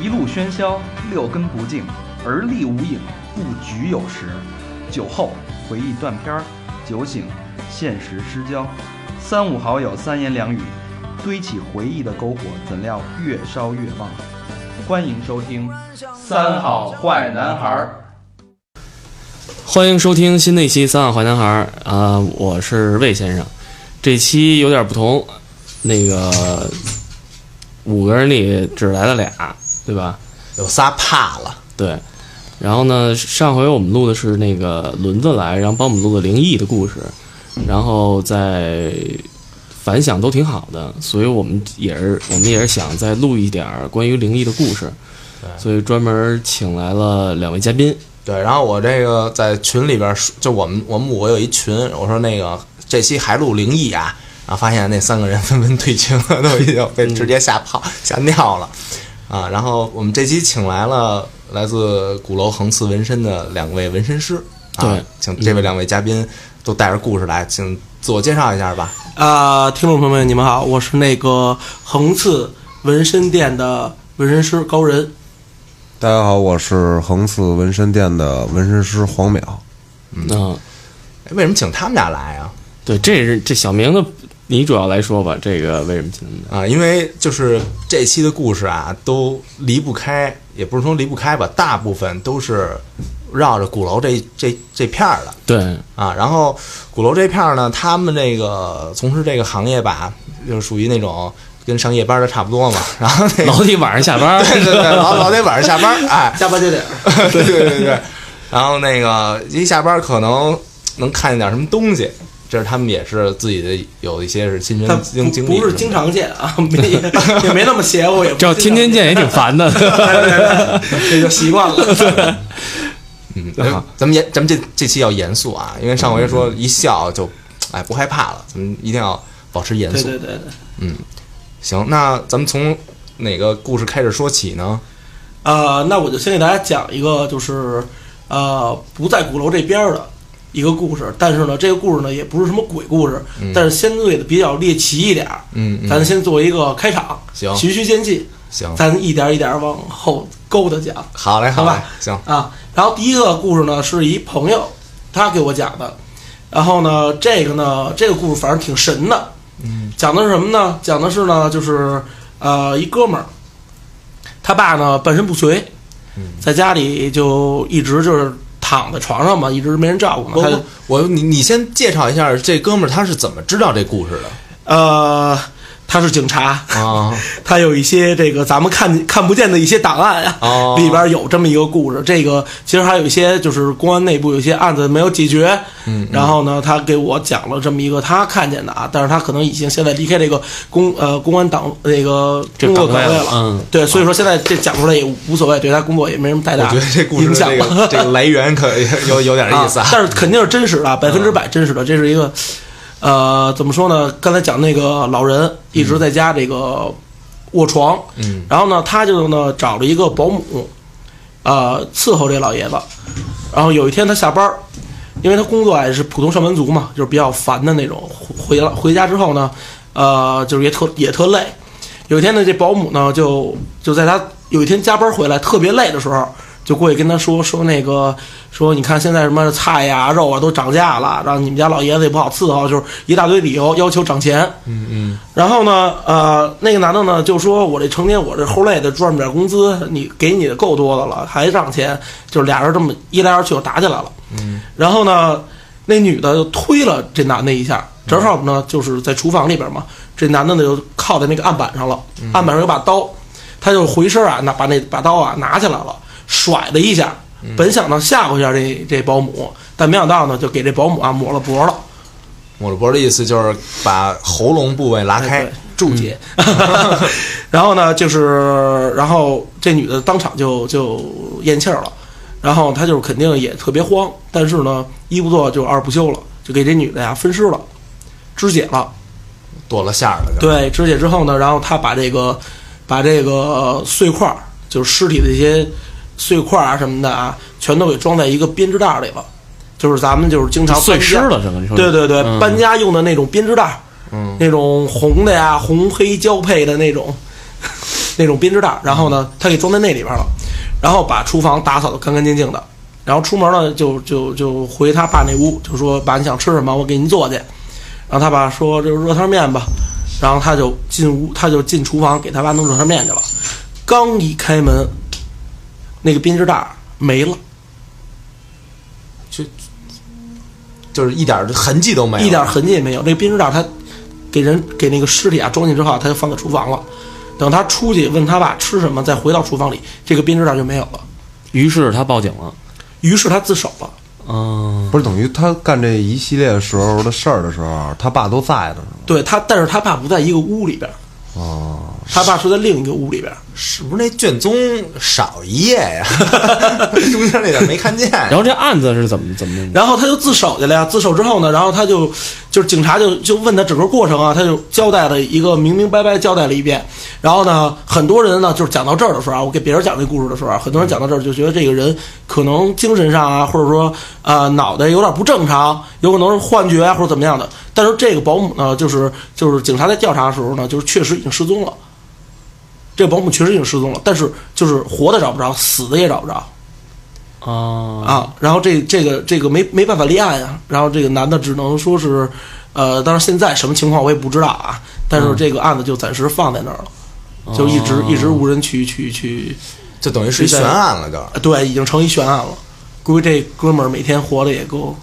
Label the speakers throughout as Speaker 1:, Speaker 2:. Speaker 1: 一路喧嚣，六根不净，而立无影，不局有时。酒后回忆断片儿，酒醒现实失焦。三五好友三言两语，堆起回忆的篝火，怎料越烧越旺。欢迎收听《三好坏男孩儿》。
Speaker 2: 欢迎收听新的一期《三好坏男孩》儿》啊，我是魏先生。这期有点不同，那个五个人里只来了俩，对吧？
Speaker 3: 有仨怕了，
Speaker 2: 对。然后呢，上回我们录的是那个轮子来，然后帮我们录的灵异的故事，然后在反响都挺好的，所以我们也是我们也是想再录一点儿关于灵异的故事，所以专门请来了两位嘉宾。
Speaker 3: 对。然后我这个在群里边说，就我们我们五个有一群，我说那个这期还录灵异啊，然后发现那三个人纷纷退群了，都已经被直接吓跑、吓尿了啊。然后我们这期请来了来自鼓楼横刺纹身的两位纹身师，啊、
Speaker 2: 对，
Speaker 3: 请这位两位嘉宾都带着故事来，请自我介绍一下吧。
Speaker 4: 啊、听众朋友们，你们好，我是那个横刺纹身店的纹身师高人。
Speaker 5: 大家好，我是横刺纹身店的纹身师黄淼。
Speaker 2: 嗯，
Speaker 3: 哎为什么请他们俩来啊？
Speaker 2: 对，这是这小明的，你主要来说吧，这个为什么请他们来？
Speaker 3: 啊，因为就是这期的故事啊，都离不开，也不是说离不开吧，大部分都是绕着鼓楼这这这片儿的
Speaker 2: 对，
Speaker 3: 啊。然后鼓楼这片儿呢，他们这个从事这个行业吧，就是属于那种跟上夜班的差不多嘛。然后 那个，
Speaker 2: 老得晚上下班
Speaker 3: 对对对，老老得晚上下班，哎，
Speaker 4: 下班就点，
Speaker 3: 对对对对。然后那个一下班可能能看见点什么东西，这是他们也是自己的有一些是亲
Speaker 4: 他
Speaker 3: 身经经历
Speaker 4: 不
Speaker 3: 什么
Speaker 4: 是
Speaker 3: 的
Speaker 4: 经常见啊， 没也也没那么邪乎，也不
Speaker 2: 这要天天见也挺烦的。
Speaker 4: 也就习惯了。
Speaker 3: 嗯，
Speaker 4: 啊
Speaker 3: 咱们严，咱们这这期要严肃啊，因为上回
Speaker 4: 嗯
Speaker 3: 说一笑就，哎，不害怕了，咱们一定要保持严
Speaker 4: 对
Speaker 3: 肃。
Speaker 4: 对对对，
Speaker 3: 行，那咱们从哪个故事开始说起呢？
Speaker 4: 呃，那我就先给大家讲一个，就是呃不在鼓楼这边儿的一个故事，但是呢，这个故事呢也不是什么鬼故事，但是相对的比较猎奇一点儿。
Speaker 3: 嗯嗯
Speaker 4: 咱先做一个开场，
Speaker 3: 行
Speaker 4: 循序渐进，
Speaker 3: 行，
Speaker 4: 咱一点儿一点儿往后勾搭讲。
Speaker 3: 好嘞，好
Speaker 4: 好
Speaker 3: 嘞
Speaker 4: 吧，
Speaker 3: 行，
Speaker 4: 啊。然后第一个故事呢，是一朋友他给我讲的。然后呢，这个呢，这个故事反正挺神的。嗯，讲的是什么呢？讲的是呢，就是呃，一哥们儿，他爸呢半身不遂，在家里就一直就是躺在床上嘛，一直没人照顾
Speaker 3: 不
Speaker 4: 呢。他
Speaker 3: 不
Speaker 4: 就，
Speaker 3: 我你你先介绍一下这哥们儿他是怎么知道这故事 的
Speaker 4: 呃，他是警察，
Speaker 3: 啊？
Speaker 4: 他有一些这个咱们看看不见的一些档案啊，
Speaker 3: 哦
Speaker 4: 里边有这么一个故事。这个其实还有一些就是公安内部有一些案子没有解决，嗯，然后呢，他给我讲了这么一个他看见的啊，但是他可能已经现在离开这个公呃公安党那个
Speaker 2: 这
Speaker 4: 工作
Speaker 2: 岗
Speaker 4: 岗
Speaker 2: 位
Speaker 4: 位
Speaker 2: 了嗯
Speaker 4: 对，所以说现在这讲出来也无所谓，对他工作也没什么太
Speaker 3: 哦我
Speaker 4: 大
Speaker 3: 觉得这故事
Speaker 4: 影
Speaker 3: 的
Speaker 4: 响
Speaker 3: 这
Speaker 4: 吧。
Speaker 3: 个 这个来源可有有点意思
Speaker 4: 啊，但是肯定是真实的，百分之百真实的，这是一个，呃，怎么说呢？刚才讲那个老人一直在家这个卧床，
Speaker 3: 嗯，
Speaker 4: 然后呢，他就呢找了一个保姆，呃，伺候这老爷子。然后有一天他下班儿，因为他工作也是普通上班族嘛，就是比较烦的那种。回回来回家之后呢，呃，就是也特也特累。有一天呢，这保姆呢就就在他有一天加班回来特别累的时候，就过去跟他说说那个说你看现在什么菜呀肉啊都涨价了，让你们家老爷子也不好伺候，就是一大堆理由要求涨钱。嗯嗯。然后呢，呃，那个男的呢就说我这成天我这齁累的赚不点工资，你给你的够多的了，还涨钱，就是俩人这么一来二去就打起来了。嗯。然后呢，那女的就推了这男的一下，正好呢就是在厨房里边嘛，这男的呢就靠在那个案板上了，案板上有把刀，他就回身啊，拿把那把刀啊拿起来了，甩了一下，本想呢吓唬一下这这保姆，但没想到呢就给这保姆啊抹了脖了，
Speaker 3: 我博的意思就是把喉咙部位拉
Speaker 4: 哎
Speaker 3: 开
Speaker 4: 对，注解。 然后呢，就是然后这女的当场就就咽气儿了，然后她就是肯定也特别慌，但是呢，一不做就二不休了，就给这女的呀分尸了，肢解了。
Speaker 3: 剁了馅儿了，就
Speaker 4: 对，肢解之后呢，然后他把这个把这个呃碎块儿，就是尸体的一些碎块儿啊什么的啊，全都给装在一个编织袋儿里了。就是咱们就是经常
Speaker 2: 碎
Speaker 4: 搬
Speaker 2: 尸
Speaker 4: 家
Speaker 2: 了是吧你说
Speaker 4: 对对对，
Speaker 2: 嗯
Speaker 4: 搬家用的那种编织袋，嗯，那种红的呀，红黑交配的那种， 那种编织袋，然后呢，他给装在那里边了，然后把厨房打扫得干干净净的，然后出门呢就就就回他爸那屋，就说爸你想吃什么，我给您做去。然后他爸说就是热汤面吧，然后他就进屋，他就进厨房给他爸弄热汤面去了。刚一开门，那个编织袋儿没了，
Speaker 3: 就是一点痕迹都没有，
Speaker 4: 一点痕迹也没有。那个编织袋儿他给人给那个尸体啊装进之后啊，他就放在厨房了。等他出去问他爸吃什么，再回到厨房里，这个编织袋儿就没有了。
Speaker 2: 于是他报警了。
Speaker 4: 于是他自首了。
Speaker 2: 嗯，
Speaker 5: 不是等于他干这一系列时候的事儿的时候，他爸都在呢，
Speaker 4: 对他，但是他爸不在一个屋里边儿，
Speaker 5: 是吗？哦，
Speaker 4: 他爸是在另一个屋里边儿。
Speaker 3: 是不是那卷宗少一页 呀？中间那点没看见。
Speaker 2: 然后这案子是怎么怎么？
Speaker 4: 然后他就自首去了呀。自首之后呢，然后他就就是警察就就问他整个过程啊，他就交代了一个明明白白交代了一遍。然后呢，很多人呢就是讲到这儿的时候啊，我给别人讲这故事的时候啊，很多人讲到这儿就觉得这个人可能精神上啊，或者说呃脑袋有点不正常，有可能是幻觉啊或者怎么样的。但是这个保姆呢，就是就是警察在调查的时候呢，就是确实已经失踪了。这个保姆确实已经失踪了，但是就是活的找不着，死的也找不着。
Speaker 2: 啊
Speaker 4: 啊，然后这这个这个没没办法立案啊，然后这个男的只能说是，呃，当然现在什么情况我也不知道啊，但是这个案子就暂时放在那儿了，就一直、一直无人去去去，
Speaker 3: 就等于是一悬案了，就
Speaker 4: 呃对，已经成一悬案了。估计这哥们儿每天活的也够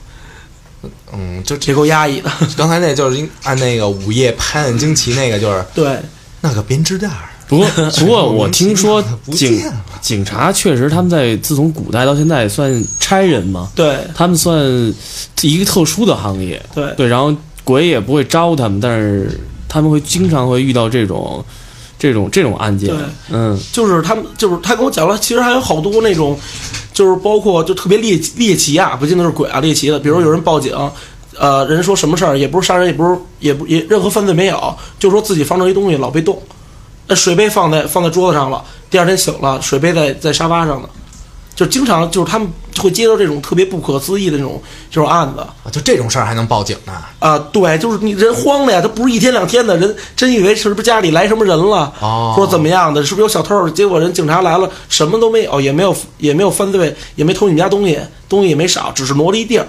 Speaker 3: 嗯，就这
Speaker 4: 也够压抑的，
Speaker 3: 刚才那就是应按那个午夜拍案惊奇那个，就是
Speaker 4: 对，
Speaker 3: 那个编织袋儿，
Speaker 2: 不过不过我听说
Speaker 3: 不
Speaker 2: 警
Speaker 3: 见了
Speaker 2: 警察确实他们在自从古代到现在算差人嘛，
Speaker 4: 对
Speaker 2: 他们算一个特殊的行业。
Speaker 4: 对
Speaker 2: 对，然后鬼也不会招他们，但是他们会经常会遇到这种这种这种案件
Speaker 4: 对。
Speaker 2: 嗯，
Speaker 4: 就是他们，就是他跟我讲了，其实还有好多那种，就是包括就特别猎奇猎奇啊，不见得是鬼啊，猎奇的，比如有人报警，呃，人说什么事儿也不是杀人，也不是也不也任何犯罪没有，就说自己放着一东西老被动，那水杯放在放在桌子上了，第二天醒了，水杯在在沙发上呢，就经常就是他们会接到这种特别不可思议的这种这种案子
Speaker 3: 啊就这种事儿还能报警呢？
Speaker 4: 啊、对，就是你人慌了呀，他不是一天两天的，人真以为是不是家里来什么人了。
Speaker 3: 哦
Speaker 4: 或者怎么样的，是不是有小偷？结果人警察来了，什么都没有，也没有也没有犯罪，也没偷你们家东西，东西也没少，只是挪了一地儿。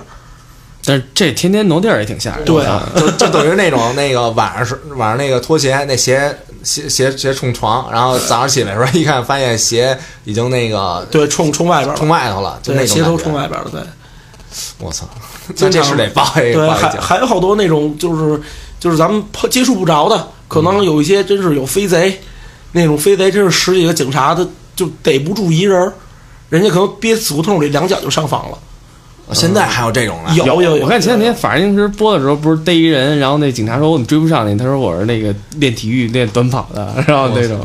Speaker 2: 但是这天天挪地儿也挺吓人的。
Speaker 4: 对
Speaker 2: 啊，
Speaker 3: 就就等于那种那个晚上是晚上那个拖鞋那鞋鞋鞋鞋冲床，然后早上起来的时候一看，发现鞋已经那个
Speaker 4: 对，冲冲外边
Speaker 3: 冲
Speaker 4: 了，
Speaker 3: 外头了，就那
Speaker 4: 对，
Speaker 3: 种
Speaker 4: 鞋头
Speaker 3: 感觉
Speaker 4: 冲外边了，对
Speaker 3: 我操，那
Speaker 4: 经
Speaker 3: 这
Speaker 4: 常
Speaker 3: 是得报一个报
Speaker 4: 对，
Speaker 3: 一
Speaker 4: 还
Speaker 3: 警。
Speaker 4: 还有好多那种就是就是咱们碰接触不着的，可能
Speaker 3: 嗯
Speaker 4: 有一些真是有飞贼，那种飞贼真是十几个警察的就逮不住一人儿，人家可能憋死胡同里两脚就上访了，
Speaker 3: 现在啊还有这种呢？
Speaker 4: 有有有，
Speaker 2: 我看前两天《法制进行时》播的时候，不是逮一人，然后那警察说：“我怎么追不上你？”他说：“我是那个练体育、练短跑的。” 然后那种，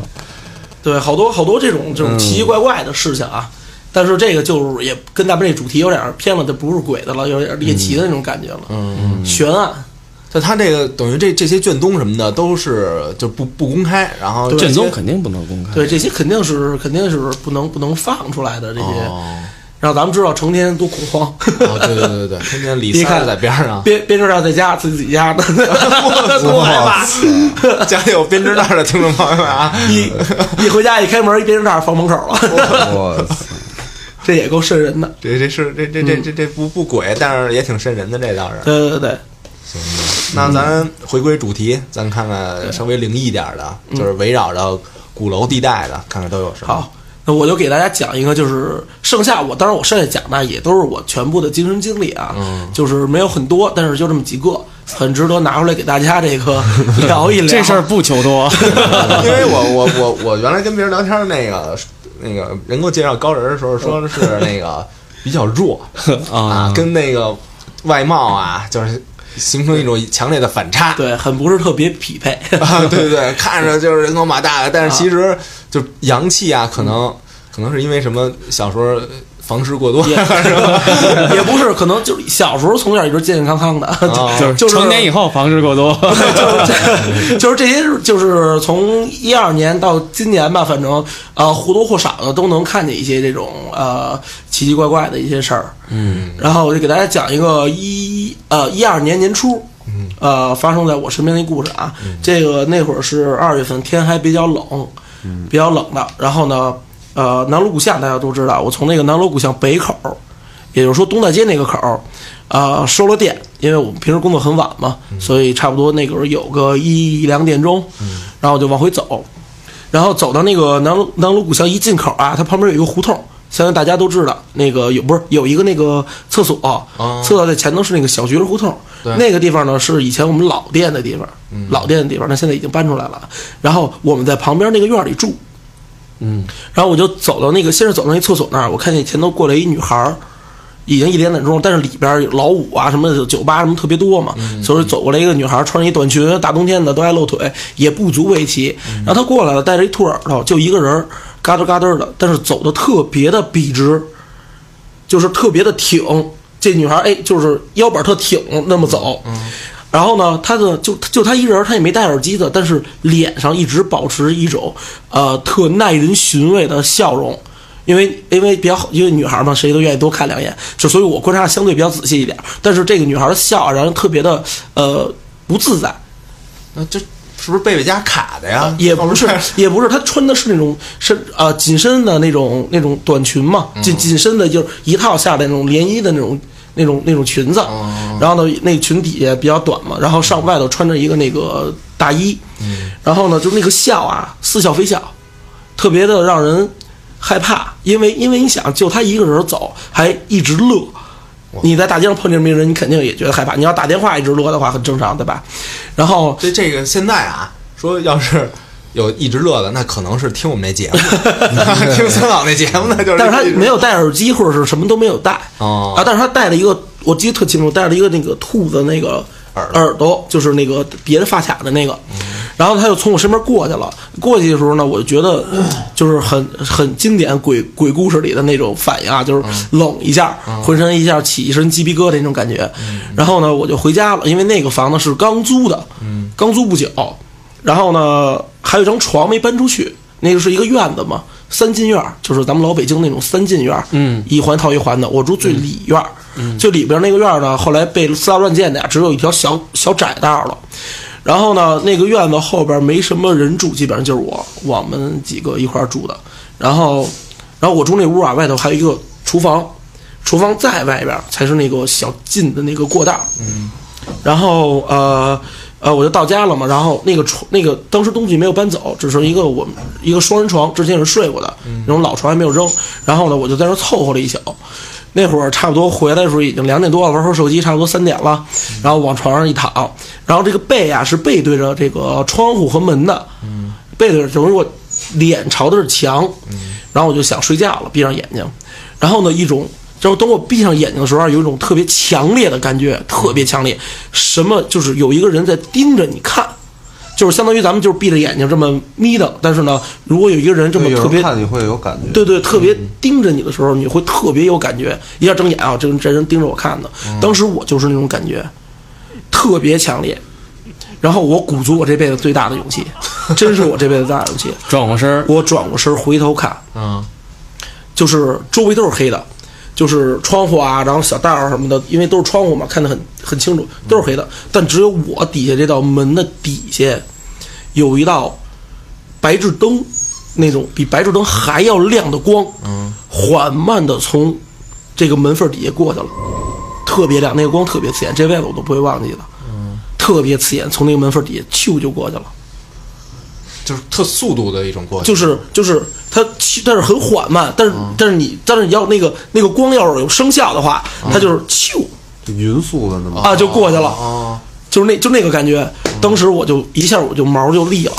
Speaker 4: 对，好多好多这种
Speaker 3: 嗯
Speaker 4: 这种奇奇怪怪的事情啊。但是这个就是也跟咱们这主题有点儿偏了，就不是鬼的了，有点儿猎奇的那种感觉了。
Speaker 3: 嗯，
Speaker 4: 悬案，
Speaker 3: 就他这个等于这这些卷宗什么的都是就不不公开，然后
Speaker 2: 卷宗
Speaker 3: 这些
Speaker 2: 肯定不能
Speaker 3: 哎
Speaker 2: 公开。
Speaker 4: 对这些肯定是肯定是不能不能放出来的这些，
Speaker 3: 哦，
Speaker 4: 让咱们知道成天多恐 慌。啊
Speaker 3: 哦对对对对，天天李
Speaker 4: 别
Speaker 3: 三
Speaker 4: 看
Speaker 3: 在边上，
Speaker 4: 编编织袋在家自己家的， 多害怕！
Speaker 3: 家里有编织袋的听众朋友们啊，
Speaker 4: 一一回家一开门，一编织袋放门口了，
Speaker 5: 我操！
Speaker 4: 这也够瘆人的。
Speaker 3: 这这是这这这这这不不鬼，但是也挺瘆人的，这倒是。
Speaker 4: 对对对，
Speaker 3: 那咱回归主题，咱看看稍微灵异点儿的，就是围绕着鼓楼地带的，看看都有什么。
Speaker 4: 好，那我就给大家讲一个，就是剩下我当然我剩下讲的也都是我全部的亲身经历啊，
Speaker 2: 嗯
Speaker 4: 就是没有很多，但是就这么几个，很值得拿出来给大家 这个聊一聊。
Speaker 2: 这事儿不求 多，
Speaker 3: 因为我我我我原来跟别人聊天，那个那个人给我介绍高人的时候，
Speaker 4: 哦
Speaker 3: 说是那个比较弱 啊，跟那个外貌啊，就是形成一种强烈的反差。
Speaker 4: 对，很不是特别匹 配。
Speaker 3: 啊， 对对，看着就是人高马大的，但是其
Speaker 4: 啊
Speaker 3: 实就阳气啊，可能可能是因为什么小时候房事过多，
Speaker 4: 也也不是，可能就是小时候从小一直健健康康的，
Speaker 2: 哦啊就是
Speaker 4: 就是
Speaker 2: 成年以后防止过 多。
Speaker 4: 就是就是这些，就是从一二年到今年吧，反正呃或多或少的都能看见一些这种呃奇奇怪怪的一些事儿。嗯，然后我就给大家讲一个一呃一二年年初，呃发生在我身边的故事啊。这个那会儿是二月份，天还比较冷，比较冷的。然后呢，呃，南锣鼓巷大家都知道，我从那个南锣鼓巷北口，也就是说东大街那个口，呃，收了店，因为我们平时工作很晚嘛，所以差不多那个时候有个一两点钟，然后我就往回走，然后走到那个南锣南锣鼓巷一进口啊，它旁边有一个胡同。相信大家都知道，那个有不是有一个那个厕所，厕所在前头是那个小橘儿胡同，
Speaker 3: 对
Speaker 4: 那个地方呢是以前我们老店的地方，老店的地方，那现在已经搬出来了。然后我们在旁边那个院儿里住，
Speaker 2: 嗯，
Speaker 4: 然后我就走到那个，先是走到那厕所那儿，我看见前头过来一女孩儿，已经一两点钟，但是里边儿有老五啊什么的酒吧什么特别多嘛，所以走过来一个女孩儿，穿着一短裙，大冬天的都爱露腿，也不足为奇。然后她过来了，带着一兔耳朵，就一个人儿，嘎噔嘎噔的，但是走的特别的笔直，就是特别的挺。这女孩儿哎，就是腰板儿特挺，那么走。然后呢，她的就就她一人儿，她也没戴耳机的，但是脸上一直保持一种呃特耐人寻味的笑容，因为因为比较好，因为女孩嘛，谁都愿意多看两眼，就所以我观察相对比较仔细一点儿。但是这个女孩的笑啊让人特别的呃不自在，
Speaker 3: 那这是不是贝贝家卡的呀？
Speaker 4: 也不 是
Speaker 3: 要然，
Speaker 4: 也不是，她穿的是那种是呃紧身的那种那种短裙嘛，紧紧身的就是一套下的那种连衣的那种那种那种裙子，然后呢那裙底下比较短嘛，然后上外头穿着一个那个大衣，然后呢就是那个笑啊似笑非笑，特别的让人害怕，因为因为你想就她一个人走还一直乐。你在大街上碰见这么一个人，你肯定也觉得害怕。你要打电话一直乐的话，很正常，对吧？然 后
Speaker 3: 这这个现在啊，说要是有一直乐的，那可能是听我们那节目， 听孙老那节目呢，就是。
Speaker 4: 但是他没有戴耳机或者是什么都没有戴
Speaker 3: 哦
Speaker 4: 啊，但是他戴了一个，我记得特清楚，戴了一个那个兔子那个
Speaker 3: 耳嗯朵
Speaker 4: 耳朵，就是那个别的发卡的那个。然后他就从我身边过去了，过去的时候呢，我就觉 得就是很很经典鬼鬼故事里的那种反应啊，就是
Speaker 3: 嗯
Speaker 4: 冷一下，浑身一下起一身鸡皮疙瘩那种感觉。
Speaker 3: 嗯
Speaker 4: 然后呢，我就回家了，因为那个房子是刚租的，
Speaker 3: 嗯
Speaker 4: 刚租不久。
Speaker 3: 哦
Speaker 4: 然后呢，还有一张床没搬出去，那个是一个院子嘛，三进院儿，就是咱们老北京那种三进院，嗯，一环套一环的。我住最里院儿，最里边那个院儿呢，后来被四大乱建的呀，只有一条小小窄道了。然后呢，那个院子后边没什么人住，基本上就是我我们几个一块儿住的。然后，然后我住那屋啊，外头还有一个厨房，厨房在外边儿才是那个小进的那个过道。然后呃呃，我就到家了嘛。然后那个床，那个当时东西没有搬走，只是一个我们一个双人床，之前是睡过的那种老床还没有扔。然后呢，我就在那儿凑合了一宿。那会儿差不多回来的时候已经两点多了，玩会儿手机，差不多三点了。然后往床上一躺，然后这个背啊是背对着这个窗户和门的，背对着，等于我脸朝的是墙。然后我就想睡觉了，闭上眼睛。然后呢，一种，然后等我闭上眼睛的时候啊，有一种特别强烈的感觉，特别强烈，什么就是有一个人在盯着你看，就是相当于咱们就是闭着眼睛这么眯瞪，但是呢，如果有一个人这么
Speaker 5: 对有
Speaker 4: 特
Speaker 5: 人
Speaker 4: 别
Speaker 5: 看嗯你会有感觉，
Speaker 4: 对对，特别盯着你的时候，你会特别有感觉，一下睁眼啊，这人这人盯着我看呢。
Speaker 5: 嗯
Speaker 4: 当时我就是那种感觉，特别强烈。然后我鼓足我这辈子最大的勇气，真是我这辈子最大的勇气。
Speaker 2: 转过身儿，
Speaker 4: 我转过身回头看，
Speaker 3: 嗯，
Speaker 4: 就是周围都是黑的，就是窗户啊，然后小道儿什么的，因为都是窗户嘛，看得很很清楚，都是黑的。但只有我底下这道门的底下有一道白炽灯，那种比白炽灯还要亮的光，嗯，缓慢的从这个门缝底下过去了，特别亮，那个光特别刺眼，这辈子我都不会忘记的，嗯，特别刺眼，从那个门缝底下咻就过去了。
Speaker 3: 就是特速度的一种过去，
Speaker 4: 就是就是它其，但是很缓慢，但是、
Speaker 3: 嗯
Speaker 4: 但是你但是你要那个那个光要是有声效的话，它就是咻
Speaker 5: 就匀速的那么。
Speaker 4: 啊就过去了，
Speaker 3: 嗯哦，嗯
Speaker 4: 就是那就那个感觉，当时我就一下我就毛就立了，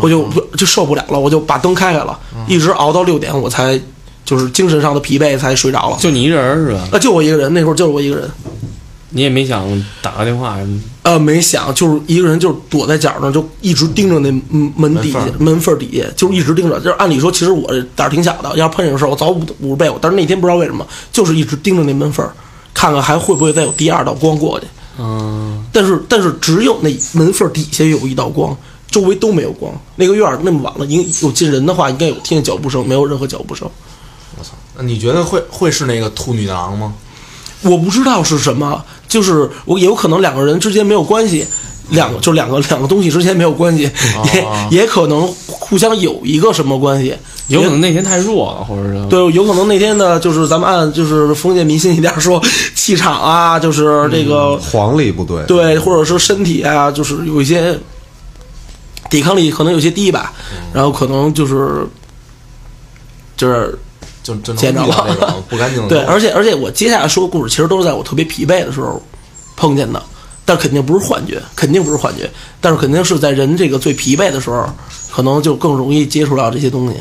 Speaker 4: 我就就受不了了，我就把灯开开了，
Speaker 3: 嗯
Speaker 4: 一直熬到六点我才就是精神上的疲惫才睡着了，
Speaker 2: 就你一人儿是吧？
Speaker 4: 啊就我一个人，那时候就是我一个人，
Speaker 2: 你也没想打个电话什么？
Speaker 4: 呃，没想，就是一个人，就是躲在角上，就一直盯着那嗯门底下、门缝底下，就是一直盯着。就是按理说，其实我这胆儿挺小的，要是碰见这种事儿，我早捂捂着被窝。但是那天不知道为什么，就是一直盯着那门缝儿，看看还会不会再有第二道光过去。
Speaker 2: 嗯，
Speaker 4: 但是但是只有那门缝底下有一道光，周围都没有光。那个院儿那么晚了，应有进人的话，应该有听见脚步声，没有任何脚步声。
Speaker 3: 我操！那你觉得会会是那个兔女郎吗？
Speaker 4: 我不知道是什么，就是我有可能两个人之间没有关系，两个就两个两个东西之间没有关系，也也可能互相有一个什么关系，
Speaker 2: 有可能那天太弱了，或者是，
Speaker 4: 对，有可能那天呢，就是咱们按就是封建迷信一点说，气场啊，就是这个、
Speaker 5: 黄历不对，
Speaker 4: 对，或者说身体啊，就是有一些抵抗力可能有些低吧，然后可能就是就是
Speaker 3: 就就能
Speaker 4: 见着
Speaker 3: 遇到
Speaker 4: 了
Speaker 3: 这种不
Speaker 2: 嗯
Speaker 3: 干净的
Speaker 4: 对，
Speaker 3: 东西
Speaker 4: 而且而且我接下来说的故事，其实都是在我特别疲惫的时候碰见的，但肯定不是幻觉，肯定不是幻觉，但是肯定是在人这个最疲惫的时候，可能就更容易接触到这些东西。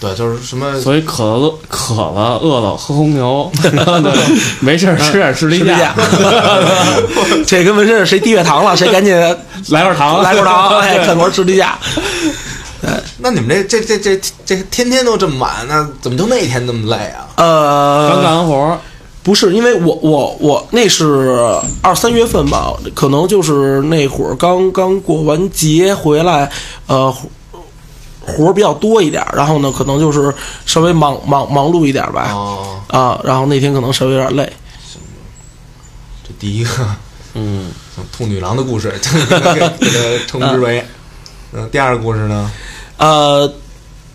Speaker 3: 对，就是什么
Speaker 2: 所以渴了渴了饿了喝红 牛，对没事儿吃点士力架，
Speaker 4: 这跟纹身是谁低血糖了，谁赶紧
Speaker 2: 来块糖，
Speaker 4: 来 口糖，哎，啃块士力架。
Speaker 3: 那你们这这这这这天天都这么晚，那怎么就那天那么累啊？
Speaker 4: 呃，
Speaker 2: 刚干完活儿，
Speaker 4: 不是，因为我我我那是二三月份吧，可能就是那会儿刚刚过完节回来，呃，活活儿比较多一点儿，然后呢，可能就是稍微忙忙忙碌一点儿吧，
Speaker 3: 哦，
Speaker 4: 啊，然后那天可能稍微有点累，
Speaker 3: 这第一个
Speaker 2: 嗯，
Speaker 3: 兔女郎的故事，就给它给它称之为。嗯，第二个故事呢？
Speaker 4: 呃，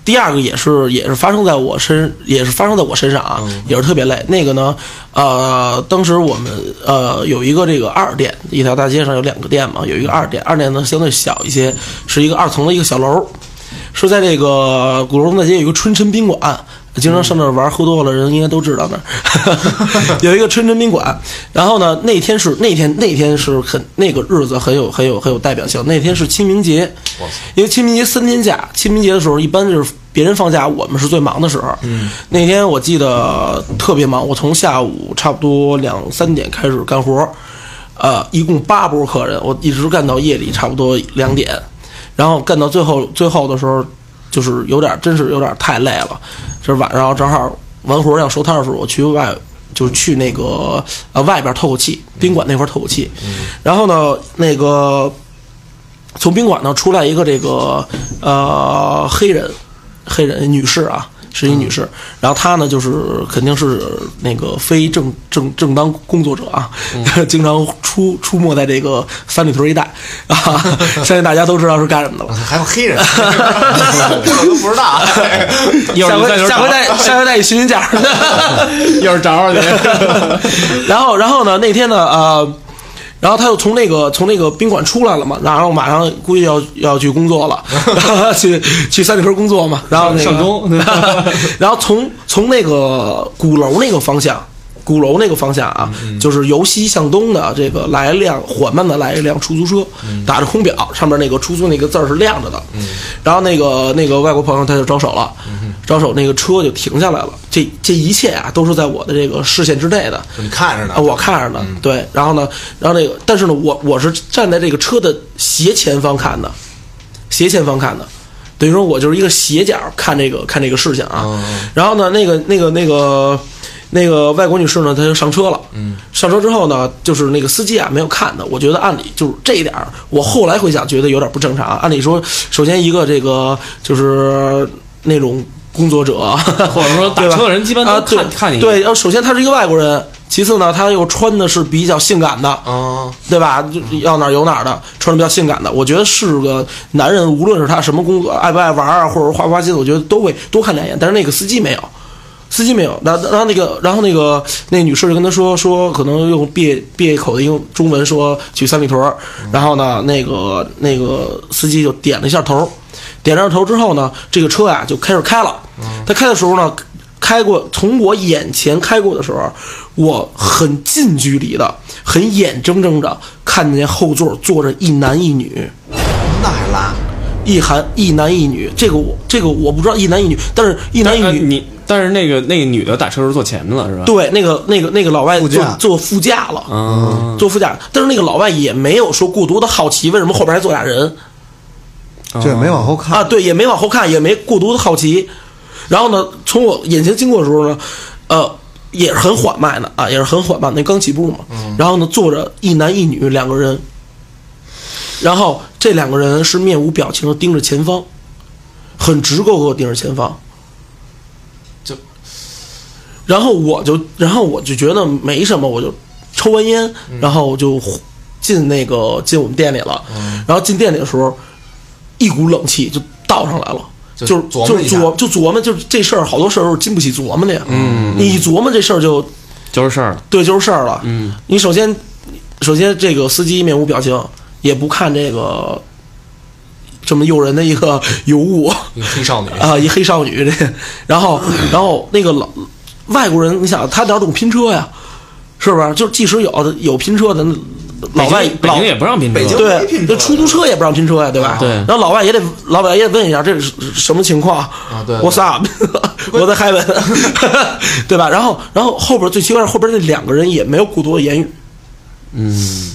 Speaker 4: 第二个也是也是发生在我身，也是发生在我身上啊，
Speaker 3: 嗯
Speaker 4: 也是特别累。那个呢，呃，当时我们呃有一个这个二店，一条大街上有两个店嘛，有一个二店，二店呢相对小一些，是一个二层的一个小楼，是在这个鼓楼东大街有一个春晨宾馆。经常上那儿玩，喝多了人应该都知道那儿有一个春晨宾馆。然后呢，那天是那天那天是很那个日子很有很有很有代表性。那天是清明节，
Speaker 3: 我操，
Speaker 4: 因为清明节三天假，清明节的时候一般就是别人放假，我们是最忙的时候。嗯，那天我记得特别忙，我从下午差不多两三点开始干活，呃，一共八波客人，我一直干到夜里差不多两点，然后干到最后最后的时候，就是有点真是有点太累了，就是晚上正好完活要收摊儿的时候，我去外就去那个呃外边透口气，宾馆那块儿透口气，然后呢那个。从宾馆呢出来一个这个呃黑人黑人女士啊，是一女士，然后她呢就是肯定是那个非正正正当工作者啊， 经常出出没在这个三里屯一带啊，相信大家都知道是干什么的了。
Speaker 3: 还有黑 人，我都不知 道。
Speaker 2: 一会
Speaker 4: 下
Speaker 2: 儿
Speaker 4: 回
Speaker 2: 你
Speaker 4: 下回带下回带你寻寻价儿。
Speaker 2: 一会儿找找你，
Speaker 4: 然后，然后呢？那天呢？呃，然后他又从那个从那个宾馆出来了嘛，然后马上估计要要去工作了， 去去三里屯工作嘛。然后那个
Speaker 2: 上钟
Speaker 4: 然后从从那个鼓楼那个方向，鼓楼那个方向啊，就是由西向东的这个来一辆缓慢的来一辆出租车，打着空表，上面那个出租那个字儿是亮着的。然后那个那个外国朋友他就招手了，招手那个车就停下来了。这这一切啊，都是在我的这个视线之内的。
Speaker 3: 你看着呢嗯
Speaker 4: 啊，，我看着呢，对，然后呢，然后那个，但是呢，我我是站在这个车的斜前方看的，斜前方看的，等于说我就是一个斜角看这个看这个事情
Speaker 3: 哦
Speaker 4: 啊。然后呢，那个那个那个那个外国女士呢，她就上车了。嗯，上车之后呢，就是那个司机啊没有看的，我觉得按理就是这一点儿，我后来回想觉得有点不正常啊。按理说，首先一个这个就是那种工作者，
Speaker 2: 或者说打
Speaker 4: 对吧
Speaker 2: 车的人基本都
Speaker 4: 啊，对
Speaker 2: 看看你一眼
Speaker 4: 对，然后首先他是一个外国人，其次呢，他又穿的是比较性感的，
Speaker 2: 哦
Speaker 3: 啊，
Speaker 4: 对吧？就要哪儿有哪儿的，穿的比较性感的。我觉得是个男人，无论是他什么工作，爱不爱玩啊，或者花不花心，我觉得都会多看两眼。但是那个司机没有，司机没有。然后然后那个，然后那个那女士就跟他说说，可能用别别口的用中文说去三里屯儿。然后呢，那个那个司机就点了一下头，点了一下头之后呢，这个车啊就开始开了。他开的时候呢。开过，从我眼前开过的时候，我很近距离的、很眼睁睁的看见后座坐着一男一女，
Speaker 3: 那还哎拉，
Speaker 4: 一男一男一女。这个我这个我不知道一男一女，但是一男一
Speaker 2: 呃
Speaker 4: 女，
Speaker 2: 你但是那个那个女的打车时候坐前面了是吧？
Speaker 4: 对那个那个那个老外
Speaker 3: 副
Speaker 4: 坐
Speaker 3: 驾
Speaker 4: 坐副驾了，
Speaker 2: 嗯，
Speaker 4: 坐副驾。但是那个老外也没有说过多的好奇，为什么后边还坐俩人
Speaker 2: 哦
Speaker 5: 就也没往后看。
Speaker 4: 啊？对，也没往后看，也没过多的好奇。然后呢，从我眼前经过的时候呢，呃，也是很缓慢的啊，也是很缓慢的，那刚起步嘛。
Speaker 3: 嗯
Speaker 4: 然后呢，坐着一男一女两个人，然后这两个人是面无表情的盯着前方，很直勾勾地盯着前方。
Speaker 3: 就嗯
Speaker 4: 然后我就，然后我就觉得没什么，我就抽完烟，然后我就进那个进我们店里了，
Speaker 3: 嗯
Speaker 4: 然后进店里的时候，一股冷气就倒上来了。
Speaker 3: 就
Speaker 4: 就是
Speaker 3: 琢磨
Speaker 4: 就
Speaker 3: 一下
Speaker 4: 琢就琢磨，就是这事儿，好多事儿都是经不起琢磨的呀。嗯，你一琢磨这事儿就
Speaker 2: 就是事儿了。
Speaker 4: 对，就是事儿了。嗯，你首先，首先这个司机面无表情，也不看这个这么诱人的一个 尤物
Speaker 3: 一个黑少女，
Speaker 4: 啊，一黑少女这，然后然后那个老外国人，你想他哪懂拼车呀？是不是？就即使有有拼车的，老外
Speaker 2: 北京北
Speaker 4: 老
Speaker 2: 京也不让拼车，
Speaker 3: 北京没
Speaker 4: 对
Speaker 3: 拼，车
Speaker 4: 这出租车也不让拼车呀，对吧？
Speaker 2: 对
Speaker 4: 然后老外也得，老板也得问一下这是什么情况啊
Speaker 3: 对对
Speaker 4: What's up？我在 heaven，对吧？然后，然后后边最奇怪是后边那两个人也没有过多的言语，嗯，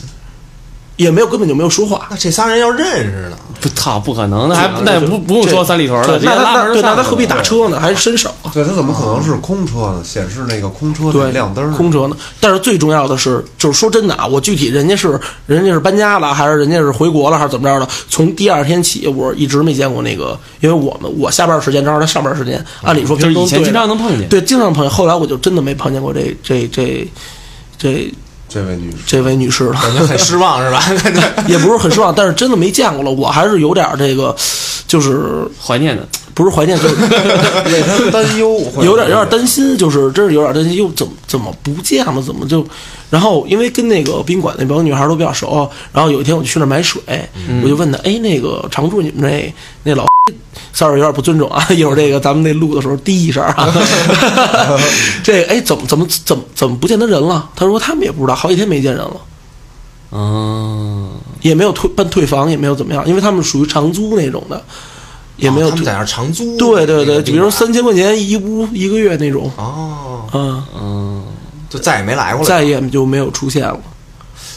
Speaker 4: 也没有根本就没有说话。
Speaker 3: 那这仨人要认识呢，
Speaker 2: 不操，不可能，那还
Speaker 3: 这
Speaker 2: 那不不用说三里屯了，
Speaker 4: 对
Speaker 2: 直接
Speaker 4: 那
Speaker 2: 拉门
Speaker 4: 他那
Speaker 2: 儿
Speaker 4: 对，
Speaker 2: 上
Speaker 4: 那他
Speaker 2: 去
Speaker 4: 何必打
Speaker 2: 了？
Speaker 4: 车呢？还伸手，啊
Speaker 5: 对，它怎么可能是空车呢？显示那个空车那
Speaker 4: 对，
Speaker 5: 亮灯儿，
Speaker 4: 空车呢。但是最重要的是，就是说真的啊，我具体人家是人家是搬家了，还是人家是回国了，还是怎么着的？从第二天起，我一直没见过那个，因为我们我下班时间正好他上班时间，按理说
Speaker 2: 就是
Speaker 4: 平时都
Speaker 2: 啊以前
Speaker 4: 对
Speaker 2: 经
Speaker 4: 的
Speaker 2: 常能碰见，
Speaker 4: 对经常碰见，后来我就真的没碰见过这这这这
Speaker 5: 这位女士，
Speaker 4: 这位女士了。
Speaker 3: 感觉很失望是吧？ 感觉
Speaker 4: 也不是很失望，但是真的没见过了，我还是有点儿这个，就是
Speaker 2: 怀念的。
Speaker 4: 不是怀念，就是
Speaker 5: 为她担忧，会
Speaker 4: 有点有点担心，就是真是有点担心，又怎么怎么不见了，怎么就？然后因为跟那个宾馆那帮女孩都比较熟，然后有一天我就去那儿买水，
Speaker 3: 嗯
Speaker 4: 我就问她，哎，那个常住你们那那老，sorry 有点不尊重啊，一会儿这个咱们那录的时候滴一声啊， 这个哎怎么怎么怎么怎么不见他人了？她说他们也不知道，好几天没见人了。
Speaker 2: 嗯，
Speaker 4: 也没有退办退房，也没有怎么样，因为他们属于长租那种的，也没有
Speaker 3: 他哦
Speaker 4: 退。
Speaker 3: 们在那儿长租，
Speaker 4: 对对
Speaker 3: 那
Speaker 4: 对，
Speaker 3: 个
Speaker 4: 就比如
Speaker 3: 宾馆
Speaker 4: 说三千块钱一屋一个月那种，
Speaker 3: 哦，
Speaker 4: 嗯，
Speaker 3: 就再也没来过了，
Speaker 4: 再也就没有出现了。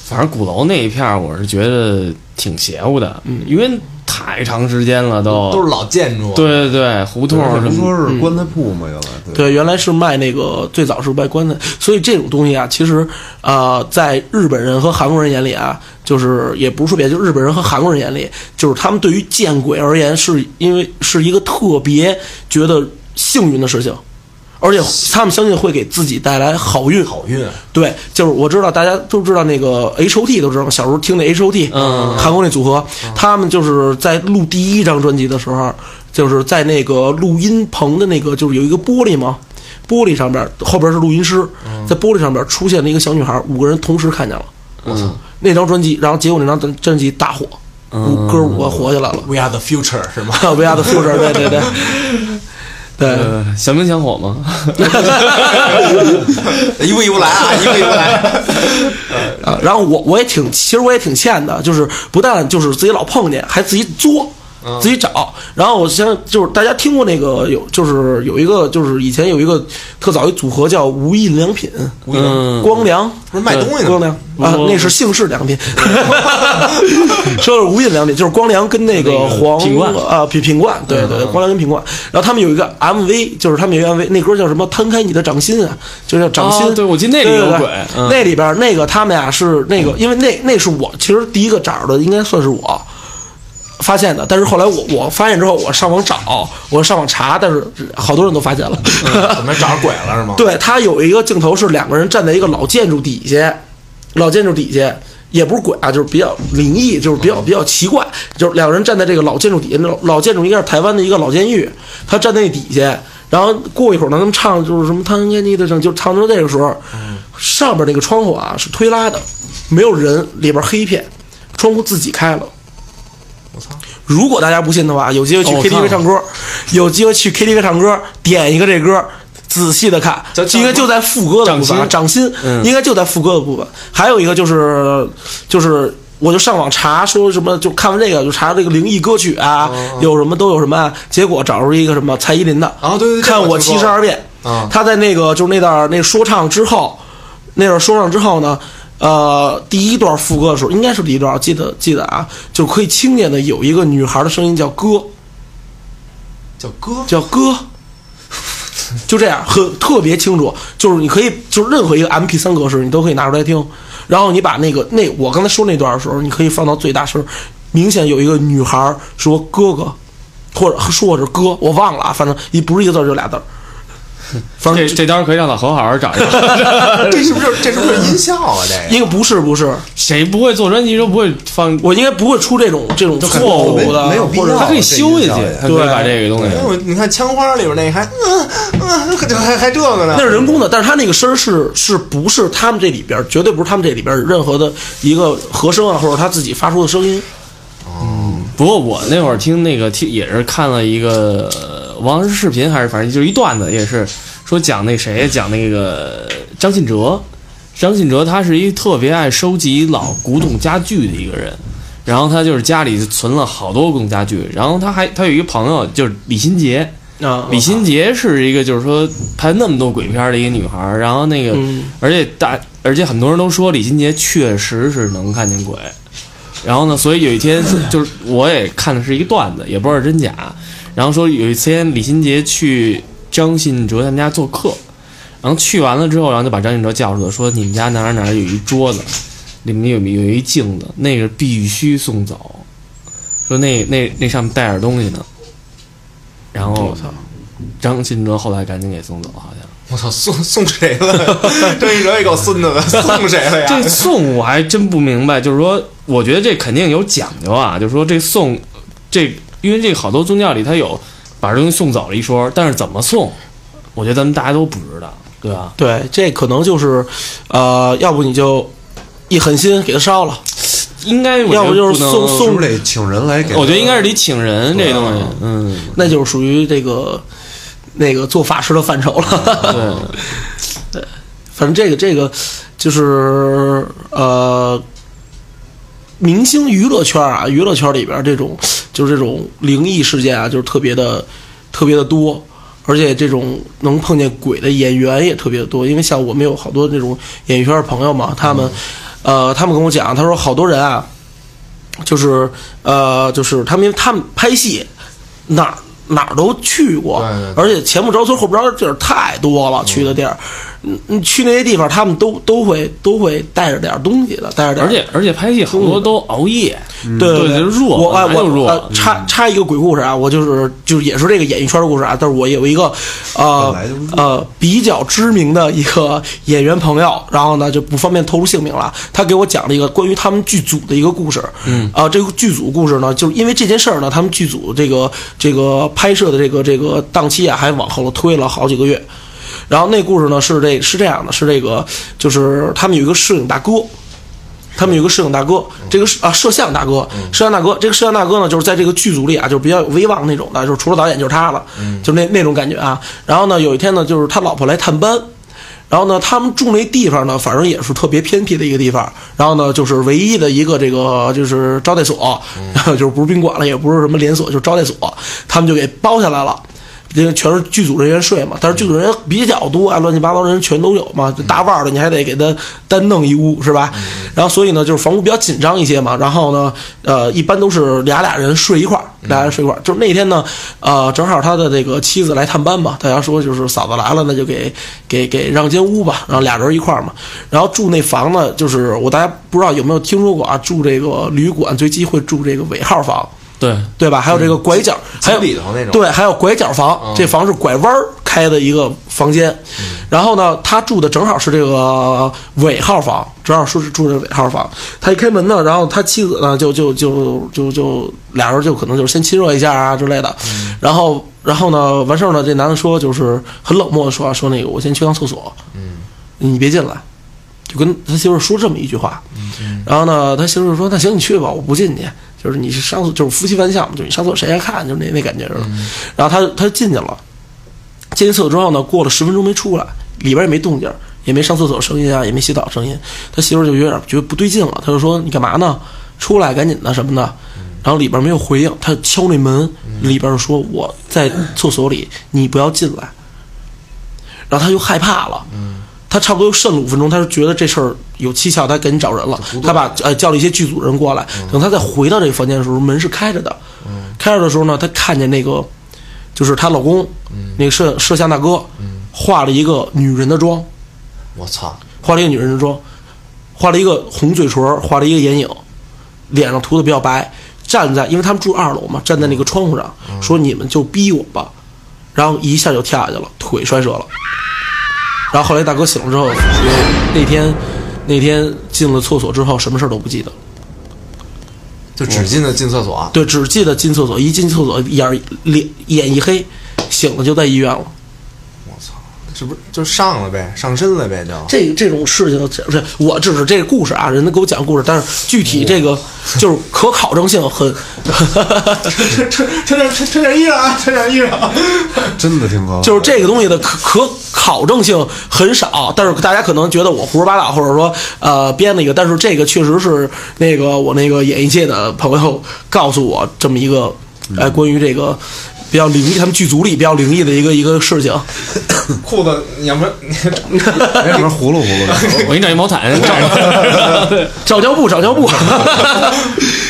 Speaker 2: 反正鼓楼那一片儿，我是觉得挺邪乎的，
Speaker 4: 嗯
Speaker 2: 因为太长时间了都。
Speaker 3: 都是老建筑，，
Speaker 2: 对对对，胡同儿
Speaker 5: 不
Speaker 2: 什
Speaker 5: 是
Speaker 2: 么
Speaker 5: 说是棺材铺吗？原来
Speaker 4: 嗯
Speaker 5: 对
Speaker 4: 对，原来是卖那个最早是卖棺材，所以这种东西啊，其实呃，在日本人和韩国人眼里啊，就是也不是说别，就日本人和韩国人眼里，就是他们对于见鬼而言，是因为是一个特别觉得幸运的事情，而且他们相信会给自己带来好运。
Speaker 3: 好运，
Speaker 4: 对，就是我知道大家都知道那个 H O T 都知道，小时候听的 H O T，
Speaker 2: 嗯
Speaker 4: 韩国那组合，他们就是在录第一张专辑的时候，就是在那个录音棚的那个就是有一个玻璃嘛，玻璃上边后边是录音师，
Speaker 2: 嗯
Speaker 4: 在玻璃上边出现了一个小女孩，五个人同时看见了，
Speaker 2: 嗯
Speaker 4: 我操，那张专辑，然后结果那张专专辑大火，
Speaker 2: 嗯
Speaker 4: 五哥五个活下来了，
Speaker 3: We are the future 是吗？
Speaker 4: 维亚的复制，对 对对，对。
Speaker 2: 呃，想明想火吗？
Speaker 3: 一步一步来 啊，一步一步来。
Speaker 4: 啊，然后我我也挺，其实我也挺欠的，就是不但就是自己老碰见，还自己作，
Speaker 2: 嗯
Speaker 4: 自己找。然后我现在就是大家听过那个有，就是有一个就是以前有一个特早一组合叫无印良品，
Speaker 2: 嗯，
Speaker 4: 光良。
Speaker 3: 不是卖东西
Speaker 4: 光
Speaker 3: 呢，
Speaker 4: 良啊，那是姓 氏良品，说的是无印良品，就是光良跟那个
Speaker 2: 那个
Speaker 4: 黄
Speaker 2: 品冠嗯
Speaker 4: 啊品品冠，对对，对光良跟品冠，然后他们有一个 MV，就是他们有一个 MV，那歌叫什么？摊开你的掌心啊，就叫掌心
Speaker 2: 哦，对我记得那里
Speaker 4: 对对
Speaker 2: 有
Speaker 4: 对
Speaker 2: 鬼嗯
Speaker 4: 那里边儿那个他们俩是那个，因为那那是我其实第一个找的，应该算是我。发现的，但是后来我我发现之后，我上网找，我上网查，但是好多人都发现了。
Speaker 3: 嗯怎么找着鬼了是吗？
Speaker 4: 对，它有一个镜头是两个人站在一个老建筑底下，老建筑底下也不是鬼啊，就是比较灵异，就是比
Speaker 2: 嗯
Speaker 4: 较比较奇怪，就是两个人站在这个老建筑底下，那老老建筑应该是台湾的一个老监狱，他站在那底下，然后过一会儿呢，他们唱就是什么《汤天妮的唱》，就唱到这个时候，
Speaker 2: 嗯
Speaker 4: 上边那个窗户啊是推拉的，没有人，里边黑一片，窗户自己开了。如果大家不信的话，有机会去
Speaker 2: 哦我看
Speaker 4: KTV
Speaker 2: 了
Speaker 4: 唱歌，有机会去 KTV 唱歌，点一个这歌，仔细的看，
Speaker 3: 叫
Speaker 4: 应该就在副歌的部分啊，掌心
Speaker 2: 嗯
Speaker 4: 应该就在副歌的部分。还有一个就是就是。我就上网查，说什么就看完这个就查这个灵异歌曲啊，
Speaker 3: 哦
Speaker 4: 有什么都有什么啊，结果找出一个什么蔡依林的
Speaker 3: 啊对对对
Speaker 4: 看
Speaker 3: 我
Speaker 4: 我
Speaker 3: 听说
Speaker 4: 七十二变
Speaker 3: 啊
Speaker 4: 他在那个就是那段那说唱之后，那段说唱之后呢，呃，第一段副歌的时候，应该是第一段，记得记得啊，就可以听见的有一个女孩的声音叫哥，
Speaker 3: 叫哥，
Speaker 4: 叫哥，就这样，很特别清楚。就是你可以，就是任何一个 M P 三格式，你都可以拿出来听。然后你把那个那我刚才说那段的时候，你可以放到最大声，明显有一个女孩说哥哥，或者说是哥，我忘了啊，反正一不是一个字儿就俩字儿。
Speaker 3: 反
Speaker 2: 这
Speaker 3: 正
Speaker 2: 这招可以让老侯好好找一找。
Speaker 3: 这是不是这是不是音效 啊？这
Speaker 4: 因为不是不是，
Speaker 2: 谁不会做专辑都不会放，
Speaker 4: 我应该不会出这种这种错误的，
Speaker 5: 没有必
Speaker 4: 或者
Speaker 5: 要，
Speaker 2: 他可以修下去，他可以
Speaker 4: 对
Speaker 2: 把这个东西
Speaker 3: 个，因为我你看枪花里边那个还嗯嗯，还还还这个呢
Speaker 4: 那，是人工的，但是它那个声儿是是不是他们这里边儿绝对不是他们这里边儿任何的一个和声啊，或者他自己发出的声音。
Speaker 2: 不过我那会儿听那个听也是看了一个呃王石视频，还是反正就是一段子，也是说讲那谁讲那个张信哲，张信哲他是一特别爱收集老古董家具的一个人，然后他就是家里存了好多古董家具，然后他还他有一个朋友就是李心洁，
Speaker 4: 啊，
Speaker 2: 李心洁是一个就是说拍那么多鬼片儿的一个女孩儿，然后那个、
Speaker 4: 嗯
Speaker 2: 而且大而且很多人都说李心洁确实是能看见鬼，然后呢，所以有一天 就是我也看的是一个段子，也不知道是真假，然后说有一天李心洁去张信哲他们家做客，然后去完了之后，然后就把张信哲叫出来，说你们家哪儿哪儿有一桌子，里面有有一镜子，那个必须送走，说那那那上面带点东西呢，然后
Speaker 4: 我操，
Speaker 2: 张信哲后来赶紧给送走，好像。
Speaker 3: 我操，送送谁了？ 张信哲也够孙子 的，送谁了呀？
Speaker 2: 这送我还真不明白，就是说，我觉得这肯定有讲究啊，就是说这送，这因为这好多宗教里它有把这东西送走了一说，但是怎么送，我觉得咱们大家都不知道，对吧？
Speaker 4: 对，这可能就是，呃，要不你就一狠心给他烧了，
Speaker 2: 应该我觉得
Speaker 4: 要不就是
Speaker 2: 不能
Speaker 4: 送送
Speaker 5: 是不是得请人来给？
Speaker 2: 我觉得应该是得请人这东西，嗯，
Speaker 4: 那就是属于这个那个做法师的范畴了。
Speaker 2: 对，
Speaker 4: 反正这个这个就是呃，明星娱乐圈啊，娱乐圈里边这种就是这种灵异事件啊，就是特别的特别的多，而且这种能碰见鬼的演员也特别的多。因为像我们有好多那种演艺圈的朋友嘛，他
Speaker 3: 嗯
Speaker 4: 们、呃，他们跟我讲，他说好多人啊，就是呃，就是他们因为他们拍戏哪儿。哪儿都去过，
Speaker 3: 对对对
Speaker 4: 而且前不着村后不着店儿太多了，去的地儿，嗯，嗯去那些地方，他们都都会都会带着点儿东西的，带着点儿
Speaker 2: 而且而且拍戏好多都熬夜，
Speaker 5: 嗯
Speaker 4: 对
Speaker 2: 对
Speaker 4: 对，
Speaker 2: 就弱
Speaker 4: 我哎
Speaker 2: 本来
Speaker 4: 我
Speaker 2: 就弱嗯
Speaker 4: 呃插插一个鬼故事啊，我就是就是也是这个演艺圈的故事啊，但是我有一个呃
Speaker 5: 本来就弱
Speaker 4: 呃比较知名的一个演员朋友，然后呢就不方便透露姓名了，他给我讲了一个关于他们剧组的一个故事。嗯，啊、这个剧组故事呢，就是因为这件事儿呢，他们剧组这个这个拍摄的这个这个档期啊，还往后了推了好几个月。然后那故事呢是这是这样的，是这个就是他们有一个摄影大哥，他们有个摄影大哥，这个是啊摄像大哥，摄像大哥，这个摄像大哥呢，就是在这个剧组里啊，就是比较有威望那种的，就是除了导演就是他了，就那那种感觉啊。然后呢，有一天呢，就是他老婆来探班，然后呢，他们住那地方呢，反正也是特别偏僻的一个地方。然后呢，就是唯一的一个这个就是招待所， 就是不是宾馆了，也不是什么连锁，就是招待所，他们就给包下来了。因为全是剧组人员睡嘛，但是剧组人员比较多啊，乱七八糟的人全都有嘛，这大腕儿的你还得给他单弄一屋
Speaker 3: 嗯
Speaker 4: 是吧？然后所以呢，就是房屋比较紧张一些嘛，然后呢，呃，一般都是俩俩人睡一块儿，俩人睡一块儿。就是那天呢，呃，正好他的这个妻子来探班嘛，大家说就是嫂子来了，那就给给给让间屋吧，然后俩人一块儿嘛。然后住那房呢，就是我大家不知道有没有听说过啊，住这个旅馆最忌讳住这个尾号房。
Speaker 2: 对，
Speaker 4: 对吧？还有这个拐角，还有
Speaker 3: 井里头那种嗯
Speaker 4: 对，还有拐角房，这房是拐弯儿开的一个房间。然后呢，他住的正好是这个尾号房，正好是住这尾号房。他一开门呢，然后他妻子呢，就就就就就俩人就可能就是先亲热一下啊之类的。
Speaker 3: 嗯
Speaker 4: 然后然后呢，完事儿呢，这男的说就是很冷漠的说说那个我先去趟厕所，嗯，你别进来。就跟他媳妇儿说这么一句话，然后呢，他媳妇儿说：“那行，你去吧，我不进去。”就是你是上厕，就是夫妻玩笑嘛，就是你上厕所谁爱看，就是那那感觉似的。然后他他就进去了，进去厕所之后呢，过了十分钟没出来，里边也没动静儿，也没上厕所声音啊，也没洗澡声音。他媳妇儿就有点觉得不对劲了，他就说：“你干嘛呢？出来，赶紧的什么的。”然后里边没有回应，他就敲那门，里边说：“我在厕所里，你不要进来。”然后他就害怕了。他差不多又剩了五分钟，他就觉得这事儿有蹊跷，他赶紧找人了。他把呃叫了一些剧组人过来。等他再回到这个房间的时候，门是开着的。开着的时候呢，他看见那个就是她老公，那个摄摄像大哥，化了一个女人的妆，
Speaker 3: 我操，
Speaker 4: 化了一个女人的妆，画了一个红嘴唇，画了一个眼影，脸上涂的比较白，站在，因为他们住二楼嘛，站在那个窗户上，说你们就逼我吧，然后一下就跳下去了，腿摔折了。然后后来大哥醒了之后，因为那天那天进了厕所之后，什么事儿都不记得了，
Speaker 3: 就只进的进厕所，
Speaker 4: 对，只记得进厕所，一进厕所眼儿脸眼一黑，醒了就在医院了。
Speaker 3: 我操，这不是就上了呗，上身了呗，就
Speaker 4: 这这种事情，这这我只是这个故事啊，人家给我讲故事，但是具体这个就是可考证性很，
Speaker 3: 穿穿点穿点衣裳啊，穿点衣裳。
Speaker 5: 真的挺可怕。
Speaker 4: 就是这个东西的可可考证性很少，但是大家可能觉得我胡说八道，或者说呃编了一个，但是这个确实是那个我那个演艺界的朋友告诉我这么一个，哎，关于这个比较灵异，他们剧组里比较灵异的一个一个事情，
Speaker 3: 裤子要不然你
Speaker 5: 哎里面葫芦 葫芦的，
Speaker 2: 我给你找一毛毯， 找
Speaker 4: 找尿布，找尿布，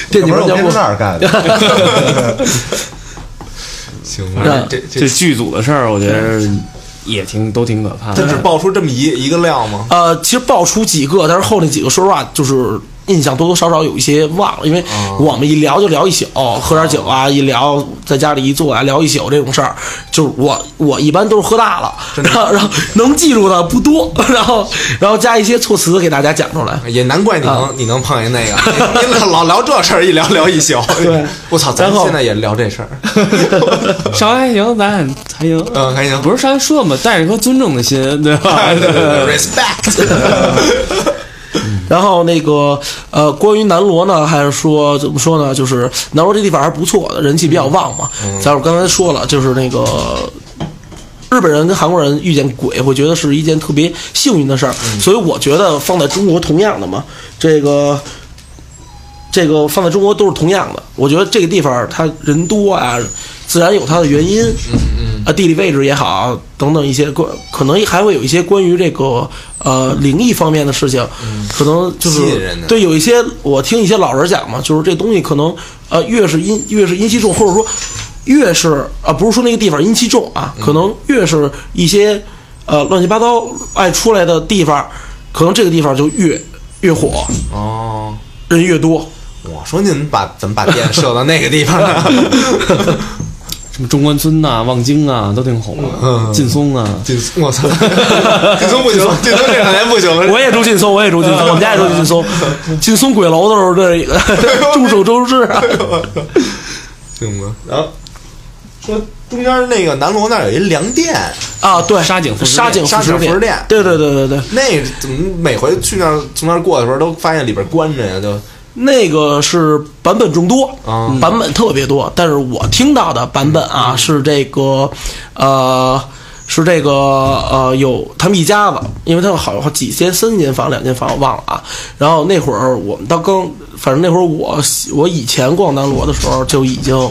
Speaker 4: 垫
Speaker 5: 要
Speaker 4: 底
Speaker 5: 不
Speaker 4: 儿
Speaker 5: 然
Speaker 4: 尿布
Speaker 5: 我编。那 儿干的。
Speaker 4: 啊
Speaker 3: 行吧， 这这
Speaker 2: 这剧组的事儿，我觉得也挺都挺可怕
Speaker 3: 他只
Speaker 2: 的。
Speaker 3: 爆出这么一一个料吗？
Speaker 4: 呃，其实爆出几个，但是后那几个说实话就是印象多多少少有一些忘了，因为我们一聊就聊一宿，喝点酒啊，一聊在家里一坐啊，聊一宿这种事儿，就是我我一般都是喝大了，然后然后能记住的不多，然后然后加一些措辞给大家讲出来。
Speaker 3: 也难怪你能、你能碰见那个， 你老老聊这事儿，一聊聊一宿。对， 我操，咱
Speaker 4: 然后
Speaker 3: 现在也聊这事儿。
Speaker 2: 稍微还行，咱俩还行。
Speaker 3: 嗯，还行，
Speaker 2: 不是稍微说嘛，带着颗尊重的心，对 吧？
Speaker 3: 对 respect。
Speaker 4: 然后那个呃，关于南锣呢，还是说怎么说呢？就是南锣这地方还是不错的，人气比较旺嘛。咱我刚才说了，就是那个日本人跟韩国人遇见鬼，会觉得是一件特别幸运的事儿。所以我觉得放在中国同样的嘛，这个这个放在中国都是同样的。我觉得这个地方它人多啊，自然有它的原因，
Speaker 3: 嗯
Speaker 4: 啊，地理位置也好，等等一些关，可能还会有一些关于这个呃灵异方面的事情，可能就
Speaker 3: 嗯吸
Speaker 4: 是
Speaker 3: 引人的
Speaker 4: 对有一些我听一些老人讲嘛，就是这东西可能呃越是阴越是阴气重，或者说越是啊不是说那个地方阴气重啊，
Speaker 3: 嗯
Speaker 4: 可能越是一些呃乱七八糟爱出来的地方，可能这个地方就越越火，
Speaker 3: 哦，
Speaker 4: 人越多。
Speaker 3: 我说您把怎么把电射到那个地方呢？
Speaker 2: 什么中关村呐、望京啊，都挺红的。劲松啊，
Speaker 3: 劲松我操，劲松不行，劲松这两年不行了。
Speaker 4: 我也住劲松，我也住劲松，我们家也住 劲松。劲松鬼楼的时候， 这众所周知啊。
Speaker 3: 行吧，然后说中间那个南锣那儿有一粮店，
Speaker 4: 啊，对，
Speaker 2: 沙井副食
Speaker 4: 沙
Speaker 2: 店
Speaker 4: 井
Speaker 3: 沙井
Speaker 4: 食
Speaker 3: 副食店
Speaker 4: 对对对对对，
Speaker 3: 那怎么每回去那儿从那儿过的时候都发现里边关着呀？就
Speaker 4: 那个是版本众多，
Speaker 3: 啊
Speaker 4: 版本特别多，但是我听到的版本
Speaker 2: 嗯
Speaker 4: 啊、是这个，呃。是这个呃，有他们一家子，因为他们好好几间，三间房、两间房，我忘了啊。然后那会儿我们到刚，反正那会儿我我以前逛南锣的时候就已经，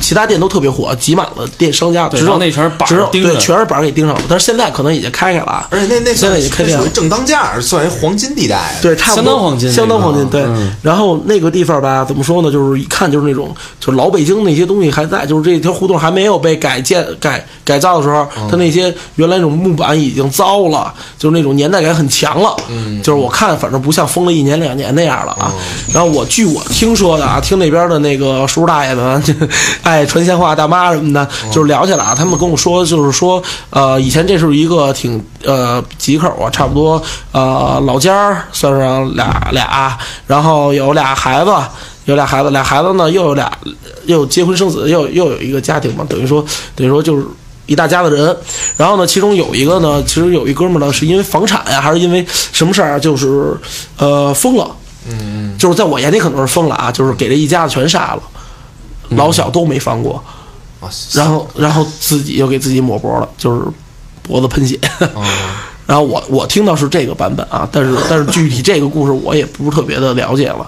Speaker 4: 其他店都特别火，挤满了店商家，
Speaker 2: 对
Speaker 4: 只有
Speaker 2: 然后那全是板儿
Speaker 4: 只有
Speaker 2: 钉着
Speaker 4: 对，全是板儿给钉上了。但是现在可能已经开开了啊，
Speaker 3: 而且那那
Speaker 4: 现在
Speaker 3: 算
Speaker 4: 已经开
Speaker 3: 那
Speaker 4: 店
Speaker 3: 属
Speaker 4: 了
Speaker 3: 于，正当价，算一黄金地带。啊
Speaker 4: 对，差不
Speaker 2: 相
Speaker 4: 多
Speaker 2: 当黄金那
Speaker 4: 相当
Speaker 2: 个
Speaker 4: 黄金。对，
Speaker 2: 嗯
Speaker 4: 然后那个地方吧，怎么说呢？就是一看就是那种，就是老北京那些东西还在，就是这条胡同还没有被改建、改改造的时候，
Speaker 2: 哦
Speaker 4: 它那些原来那种木板已经糟了，就是那种年代感很强了。嗯，就是我看，反正不像封了一年两年那样了
Speaker 2: 哦
Speaker 4: 啊。然后我据我听说的啊，听那边的那个叔叔大爷们，就 爱传闲话大妈什么的，
Speaker 2: 哦
Speaker 4: 就是聊起来啊，他们跟我说，就是说，呃，以前这是一个挺呃几口啊，差不多呃老家儿算上俩俩，然后有俩孩子，有俩孩子，俩孩子呢又有俩又结婚生子，又又有一个家庭嘛，等于说等于说就是。一大家子人，然后呢，其中有一个呢，其实有一哥们儿呢，是因为房产呀、还是因为什么事儿啊，就是，呃，疯了，嗯，就是在我眼里可能是疯了啊，就是给这一家子全杀了，老小都没放过，
Speaker 3: 啊，
Speaker 4: 然后然后自己又给自己抹脖了，就是脖子喷血。
Speaker 3: 嗯
Speaker 4: 然后我我听到是这个版本啊，但 是但是具体这个故事我也不是特别的了解了。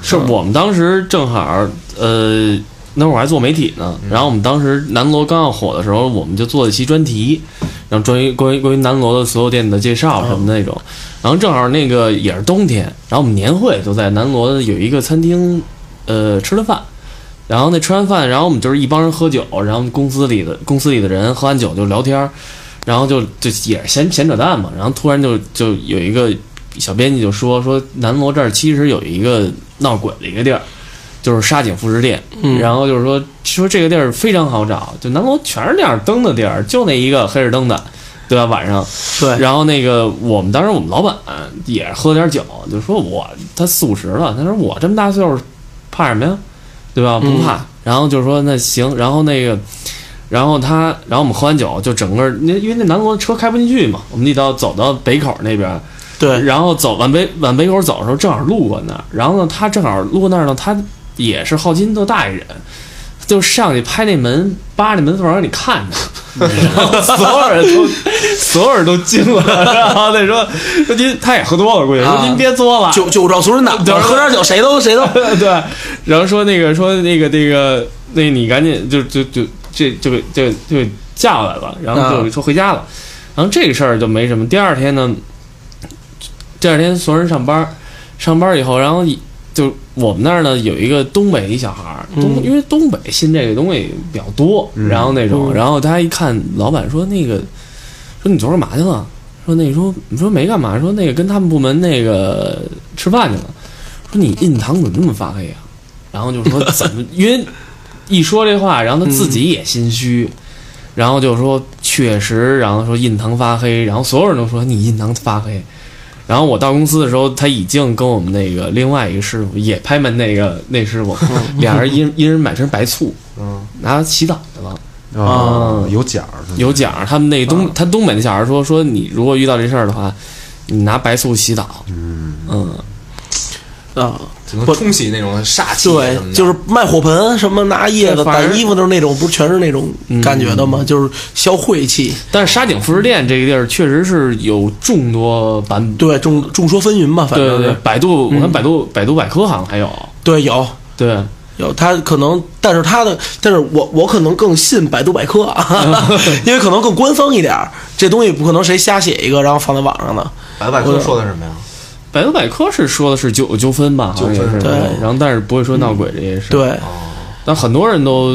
Speaker 2: 是我们当时正好，呃，那会儿我还做媒体呢。然后我们当时南锣刚要火的时候，我们就做了一期专题，然后关于关于关于南锣的所有店的介绍什么的那种。然后正好那个也是冬天，然后我们年会就在南锣有一个餐厅，呃，吃了饭。然后那吃完饭，然后我们就是一帮人喝酒，然后公司里的公司里的人喝完酒就聊天儿，然后就就也是闲闲扯淡嘛。然后突然就就有一个小编辑就说说南锣这儿其实有一个闹鬼的一个地儿，就是沙井副食店，
Speaker 4: 嗯
Speaker 2: 然后就是说说这个地儿非常好找，就南锣全是亮着灯的地儿，就那一个黑着灯的，对吧？晚上，
Speaker 4: 对，
Speaker 2: 然后那个我们当时我们老板也喝点酒，就说我他四五十了，他说我这么大岁数怕什么呀，对吧？不怕。然后就说那行，然后那个，然后他，然后我们喝完酒就整个那因为那南锣车开不进去嘛，我们得到走到北口那边，
Speaker 4: 对，
Speaker 2: 然后走往北往北口走的时候，正好路过那儿，然后呢，他正好路过那儿呢，他也是好奇心特大一人，就上去拍那门，扒那门缝儿让你看着，然后所有人都所有人都惊了，然后那说说您他也喝多了，估计说
Speaker 4: 啊
Speaker 2: 您别作了，
Speaker 4: 酒酒壮怂人胆，
Speaker 2: 对
Speaker 4: 喝点酒谁都 谁都
Speaker 2: 对，然后说那个说那个那个那你赶紧就就就这就给就就给叫来了，然后就
Speaker 4: 啊
Speaker 2: 说回家了，然后这个事儿就没什么。第二天呢，第二天所有人上班，上班以后，然后就我们那儿呢有一个东北一小孩儿，东、
Speaker 4: 嗯
Speaker 2: 因为东北信这个东西比较多，然后那种，
Speaker 4: 嗯
Speaker 2: 然后他一看老板说那个说你昨儿干嘛去了？说那说你说没干嘛？说那个跟他们部门那个吃饭去了。说你印堂怎么那么发黑呀、啊然后就说怎么，因为一说这话，然后他自己也心虚，
Speaker 4: 嗯
Speaker 2: 然后就说确实，然后说印堂发黑，然后所有人都说你印堂发黑。然后我到公司的时候，他已经跟我们那个另外一个师傅也拍门那个那师傅，
Speaker 4: 嗯
Speaker 2: 俩人一人一人买瓶白醋，
Speaker 5: 嗯
Speaker 2: 拿洗澡去了。
Speaker 4: 嗯
Speaker 5: 啊，有奖儿是吗？
Speaker 2: 有奖儿，他们那东、他东北那小孩说说你如果遇到这事儿的话，你拿白醋洗澡，
Speaker 5: 嗯，
Speaker 2: 嗯，
Speaker 4: 啊，
Speaker 3: 只能
Speaker 4: 不
Speaker 3: 冲洗那种煞气什么
Speaker 4: 对，
Speaker 3: 的，
Speaker 4: 就是卖火盆什么拿叶子
Speaker 2: 对反而嗯
Speaker 4: 掸衣服都是那种，不是全是那种感觉的吗？就是消晦气，
Speaker 2: 但是沙井副食店这个地儿确实是有众多版本，
Speaker 4: 对，众众说纷纭吧，反
Speaker 2: 对
Speaker 4: 正
Speaker 2: 对
Speaker 4: 是嗯
Speaker 2: 对，百度我看百度、百度百科好像还有，
Speaker 4: 对有。
Speaker 2: 对，
Speaker 4: 有他可能，但是他的，但是我我可能更信百度百科 啊，因为可能更官方一点儿。这东西不可能谁瞎写一个然后放在网上的，
Speaker 3: 白百科说的什么呀？
Speaker 2: 百度百科是说的是纠纠纷吧，好像也
Speaker 3: 纠
Speaker 2: 是
Speaker 3: 纷
Speaker 4: 对
Speaker 2: 然后但是哦不会说闹鬼这些事，，
Speaker 4: 对，
Speaker 2: 但很多人都。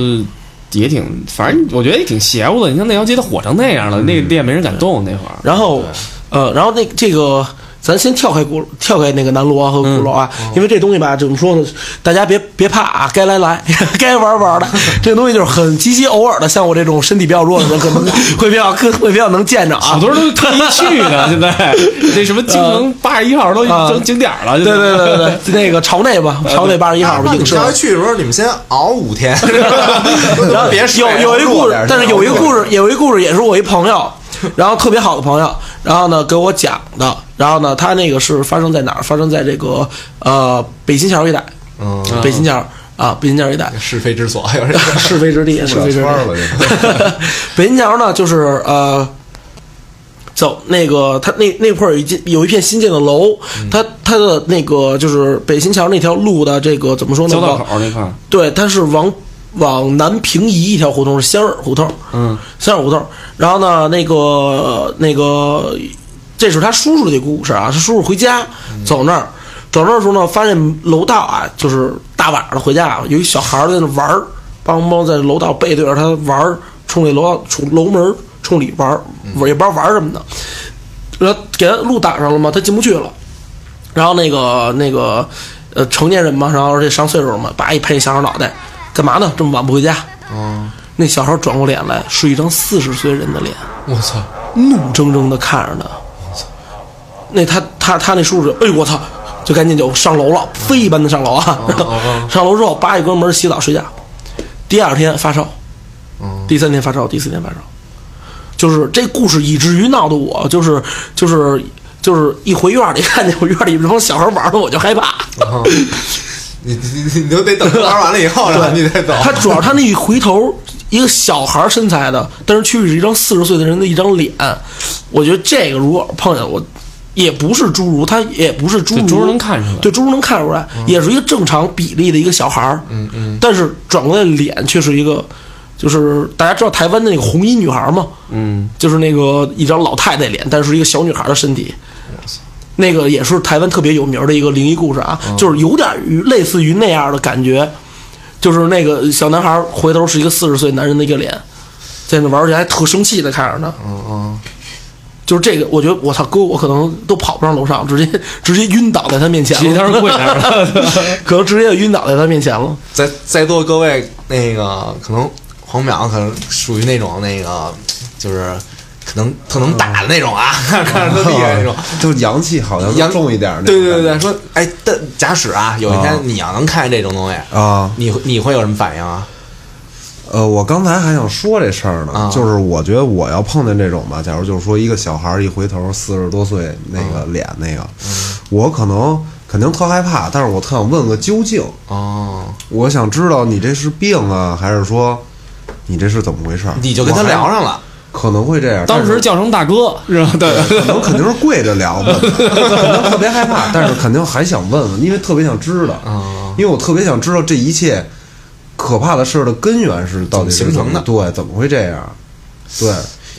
Speaker 2: 也挺，反正我觉得也挺邪乎的。你像那条街都火成那样了，那个店没人敢动那会儿。
Speaker 4: 然后呃，然后那这个。咱先跳开鼓，跳开那个南锣和鼓楼啊，
Speaker 2: 嗯
Speaker 4: 因为这东西吧，怎么说呢？大家别别怕啊，该来来， 该 玩玩的。这个东西就是很极其偶尔的，像我这种身体比较弱的人，可 能会比较会比较能见着啊。
Speaker 2: 好多人都特意去呢，现在那什么京城八十一号都
Speaker 4: 啊
Speaker 2: 成景点儿了，现在
Speaker 4: 对对对对 对，那个朝内吧，朝内八十一号
Speaker 3: 啊那
Speaker 4: 吧
Speaker 3: 你
Speaker 4: 影
Speaker 3: 们
Speaker 4: 射
Speaker 3: 下。回去的时候，你们先熬五 天，然后别睡
Speaker 4: 有有一
Speaker 3: 弱
Speaker 4: 故事
Speaker 3: 点，
Speaker 4: 但是有一
Speaker 3: 然后
Speaker 4: 故事，有一故事也是我一 朋友，然后特别好的朋友，然后呢给我讲的，然后呢他那个是发生在哪儿？发生在这个呃北新桥一带，
Speaker 3: 嗯，
Speaker 4: 北新桥啊，北新桥一带
Speaker 3: 是非之所，有人
Speaker 4: 是非之地，是非之
Speaker 5: 圈
Speaker 4: 地。
Speaker 5: 儿了这 个。
Speaker 4: 北新桥呢，就是呃，走那个它那那块儿有一间有一片新建的楼，
Speaker 3: 嗯
Speaker 4: 它它的那个就是北新桥那条路的这个怎么说呢？
Speaker 2: 交道
Speaker 4: 往
Speaker 2: 口儿那块儿，
Speaker 4: 对，它是往往南平移一条胡同，是香儿胡同。
Speaker 2: 嗯，
Speaker 4: 三水胡同。然后呢，那个那个，这是他叔叔的故事啊，他叔叔回家走那儿，走那儿的时候呢，发现楼道啊，就是大晚上的回家啊，有一小孩儿在那玩儿，帮帮在楼道背对着他玩儿，冲那楼道冲楼门儿冲里玩儿，玩也不知道玩儿什么的，然后给他路挡上了嘛，他进不去了。然后那个那个呃成年人嘛，然后而且上岁数了嘛，叭一拍那小孩脑袋，干嘛呢？这么晚不回家？
Speaker 3: 嗯，
Speaker 4: 那小孩转过脸来，是一张四十岁人的脸，
Speaker 3: 我操，
Speaker 4: 怒睁睁的看着他。那他他他那叔叔，哎呦我操！就赶紧就上楼了，飞一般的上楼啊！然后 上楼之后，叭一关门，洗澡睡觉。第二天发烧，第三天发烧，第四天发烧，就是这故事以至于闹得我就是就是就是一回院里看见我院里这帮小孩玩的，我就害怕。
Speaker 3: 你你你你都得等玩完了以后，然后你再走。
Speaker 4: 他主要他那一回头，一个小孩身材的，但是却是一张四十岁的人的一张脸。我觉得这个如果碰见我，也不是侏儒，他也不是侏儒，
Speaker 2: 对侏儒能看出来
Speaker 4: 对侏儒能看出来，也是一个正常比例的一个小孩儿。嗯嗯，但是转过来脸却是一个。就是大家知道台湾的那个红衣女孩吗？嗯，就是那个一张老太太脸，但是一个小女孩的身体。那个也是台湾特别有名的一个灵异故事啊，就是有点于类似于那样的感觉，就是那个小男孩回头是一个四十岁男人的一个脸，在那玩儿去还特生气的看着他，
Speaker 3: 嗯嗯，
Speaker 4: 就是这个，我觉得我操哥，我可能都跑不上楼 上，直接直接晕倒在他面前
Speaker 2: 直接
Speaker 4: 了，
Speaker 2: 当时跪那儿了。
Speaker 4: 可能直接就晕倒在他面前了。
Speaker 3: 在在座各位那个可能黄淼可能属于那种那个就是可能特能打的那种 啊， 看着特厉害那种。
Speaker 5: 就阳气好像
Speaker 3: 阳
Speaker 5: 更重一点儿那种
Speaker 3: 对对对
Speaker 5: 感
Speaker 3: 对，说哎，但假使啊，有一天
Speaker 4: 哦
Speaker 5: 啊
Speaker 3: 你要能看见这种东西，
Speaker 5: 觉啊，
Speaker 3: 你会你会有什么反应啊？
Speaker 5: 呃，我刚才还想说这事儿呢，
Speaker 3: 啊
Speaker 5: 就是我觉得我要碰见这种吧，假如就是说一个小孩儿一回头四十多岁那
Speaker 3: 啊
Speaker 5: 个脸那个，
Speaker 3: 嗯
Speaker 5: 我可能肯定特害怕，但是我特想问个究竟，
Speaker 3: 哦，
Speaker 5: 我想知道你这是病啊，还是说你这是怎么回事儿？
Speaker 3: 你就跟他
Speaker 5: 我还
Speaker 3: 聊上了，
Speaker 5: 可能会这样，
Speaker 2: 当
Speaker 5: 但
Speaker 2: 时
Speaker 5: 是
Speaker 2: 叫声大哥是吧？对，
Speaker 5: 可能肯定是跪着聊吧，可能特别害怕，但是肯定还想问问，因为特别想知道，
Speaker 3: 嗯，
Speaker 5: 因为我特别想知道这一切可怕的事儿的根源是到底是
Speaker 3: 怎么形成
Speaker 5: 怎么
Speaker 3: 的
Speaker 5: 对，怎么会这样？对，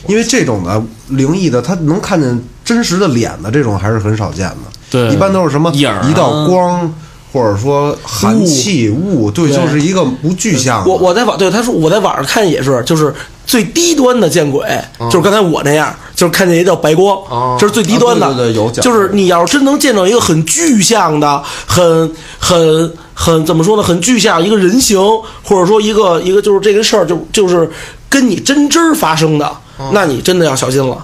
Speaker 5: 因为这种的灵异的，他能看见真实的脸的这种还是很少见的。
Speaker 2: 对
Speaker 5: 一般都是什么
Speaker 2: 影儿啊
Speaker 5: 一道光，或者说寒气雾，对，
Speaker 4: 对
Speaker 5: 就是一个不具象的。
Speaker 4: 我我在网对他说我在网上看也是，就是最低端的见鬼，就是刚才我那样，就是看见一道白光，
Speaker 3: 哦
Speaker 4: 这是最低端的。
Speaker 5: 嗯啊对对对有讲
Speaker 4: 就是你要是真能见到一个很具象的、很很很怎么说呢？很具象一个人形，或者说一个一个就是这个事儿就就是跟你真真儿发生的，那你真的要小心了。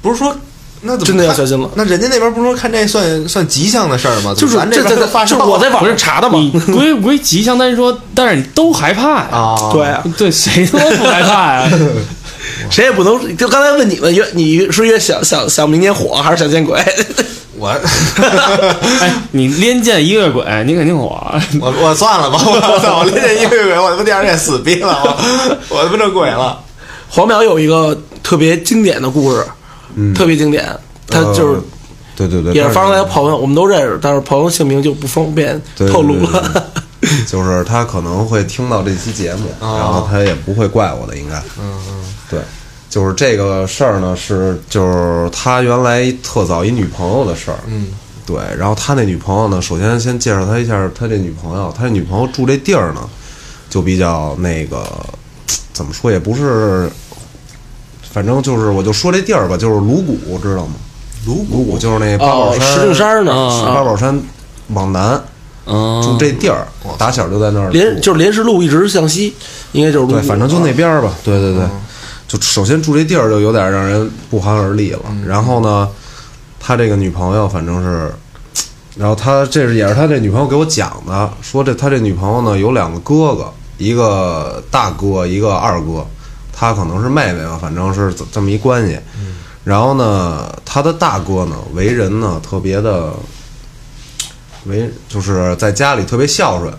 Speaker 3: 不是说。那怎么
Speaker 4: 真的要
Speaker 3: 看
Speaker 4: 小心了
Speaker 3: 那人家那边不是说看这算算吉祥的事儿吗？
Speaker 4: 就是
Speaker 3: 咱
Speaker 4: 这
Speaker 3: 边
Speaker 4: 这
Speaker 3: 就发
Speaker 4: 就
Speaker 3: 生
Speaker 4: 是
Speaker 3: 了
Speaker 4: 我在网
Speaker 2: 不是
Speaker 4: 上查的嘛。
Speaker 2: 你归不归吉祥，但是说，但是你都害怕呀。
Speaker 3: 啊，
Speaker 4: 对，啊，
Speaker 2: 对，谁他妈不害怕呀？
Speaker 4: 谁也不能就刚才问你们，越你是越想想想明天火，还是想见鬼？
Speaker 3: 我
Speaker 2: 哎，你连见一个鬼，你肯定火。
Speaker 3: 我我算了吧，我操！我连这一个月鬼，我他妈第二天死逼了，我我他妈这鬼了。
Speaker 4: 黄淼有一个特别经典的故事，特别经典，他就是
Speaker 5: 呃。对对对，
Speaker 4: 也是发生在他
Speaker 5: 但
Speaker 4: 朋友，我们都认识，但是朋友姓名就不方便
Speaker 5: 对对
Speaker 4: 透露
Speaker 5: 对对
Speaker 4: 了。
Speaker 5: 就是他可能会听到这期节目，
Speaker 3: 哦
Speaker 5: 然后他也不会怪我的，应该。嗯嗯，对，就是这个事儿呢，是就是他原来特早一女朋友的事儿。嗯，对，然后他那女朋友呢，首先先介绍他一下他这女朋友，他这女朋友住这地儿呢，就比较那个怎么说，也不是，反正就是我就说这地儿吧，就是鲁谷，知道吗？鲁谷就是那八宝
Speaker 4: 哦，
Speaker 5: 山，
Speaker 4: 石景山呢，
Speaker 2: 啊
Speaker 5: 八宝山往南。住
Speaker 2: 嗯，
Speaker 5: 这地儿，打小就在那儿住
Speaker 4: 连就是连石路一直向西，应该就是嗯路
Speaker 5: 对，反正就那边儿吧。对对对，就首先住这地儿就有点让人不寒而栗了。
Speaker 4: 嗯
Speaker 5: 然后呢，他这个女朋友反正是，然后他这是也是他这女朋友给我讲的，说这他这女朋友呢有两个哥哥，一个大哥，一个二哥，他可能是妹妹吧，反正是这这么一关系。
Speaker 4: 嗯
Speaker 5: 然后呢，他的大哥呢为人呢特别的为就是在家里特别孝顺，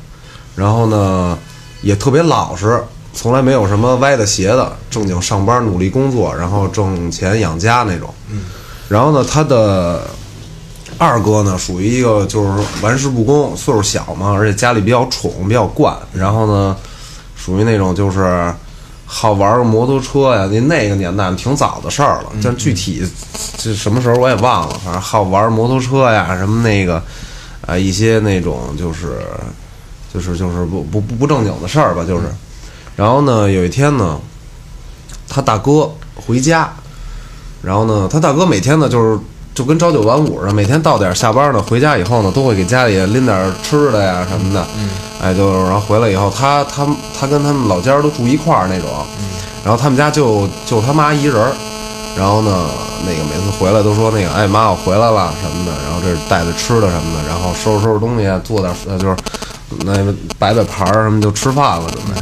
Speaker 5: 然后呢也特别老实，从来没有什么歪的斜的，正经上班努力工作，然后挣钱养家那种。然后呢，他的二哥呢属于一个就是玩世不恭，岁数小嘛，而且家里比较宠，比较惯。然后呢，属于那种就是好玩个摩托车呀，那那个年代挺早的事儿了，但具体这什么时候我也忘了，反正好玩摩托车呀，什么那个啊一些那种就是就是就是不不不不正经的事儿吧，就是。然后呢，有一天呢，他大哥回家，然后呢，他大哥每天呢就是就跟朝九晚五似的，每天到点儿下班呢，回家以后呢，都会给家里拎点儿吃的呀什么的。嗯，哎，就是然后回来以后，他他他跟他们老家都住一块儿那种。然后他们家就就他妈一人儿。然后呢，那个每次回来都说那个，哎妈，我回来了什么的，然后这是带着吃的什么的，然后收拾收拾东西，做点呃就是那摆摆盘儿什么就吃饭了，准备。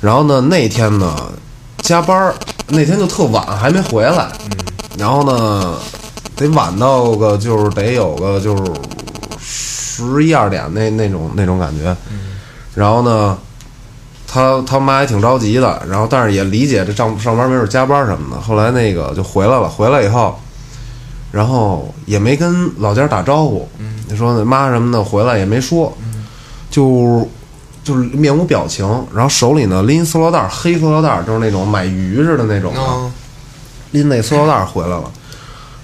Speaker 5: 然后呢，那天呢加班儿，那天就特晚，还没回来。然后呢，得晚到个就是得有个就是十一二点那那种那种感觉。然后呢，他他妈也挺着急的，然后但是也理解这上上班没准加班什么的。后来那个就回来了，回来以后，然后也没跟老家打招呼，
Speaker 3: 嗯
Speaker 5: 你说那妈什么的回来也没说，就就是面无表情，然后手里呢拎一塑料袋儿，黑塑料袋儿，就是那种买鱼似的那种的，啊
Speaker 3: 嗯，
Speaker 5: 拎那塑料袋儿回来了。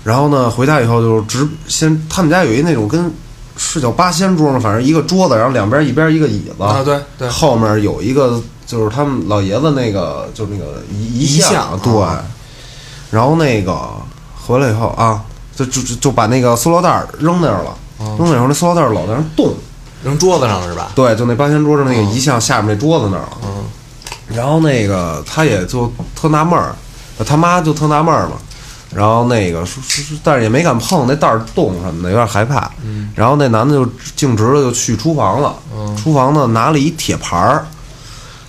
Speaker 5: 然后呢，回家以后就是直先，他们家有一那种跟是叫八仙桌吗？反正一个桌子，然后两边一边一个椅子
Speaker 3: 啊对对
Speaker 5: 后面有一个就是他们
Speaker 3: 啊
Speaker 5: 老爷子那个就是那个遗
Speaker 3: 遗像
Speaker 5: 像，对。然后那个回来以后啊，就就就就把那个塑料袋儿扔那儿了，扔那儿以后那塑料袋儿老在那儿动，
Speaker 3: 哦扔桌子上是吧？哦
Speaker 5: 对，就那八仙桌上那个遗像下面那桌子那儿了。嗯。然后那个他也就特纳闷儿，他妈就特纳闷儿嘛。然后那个说说，说但是也没敢碰那袋儿动什么的，有点害怕。嗯。然后那男的就径直的就去厨房了。
Speaker 3: 哦
Speaker 5: 嗯。厨房呢，拿了一铁盘儿。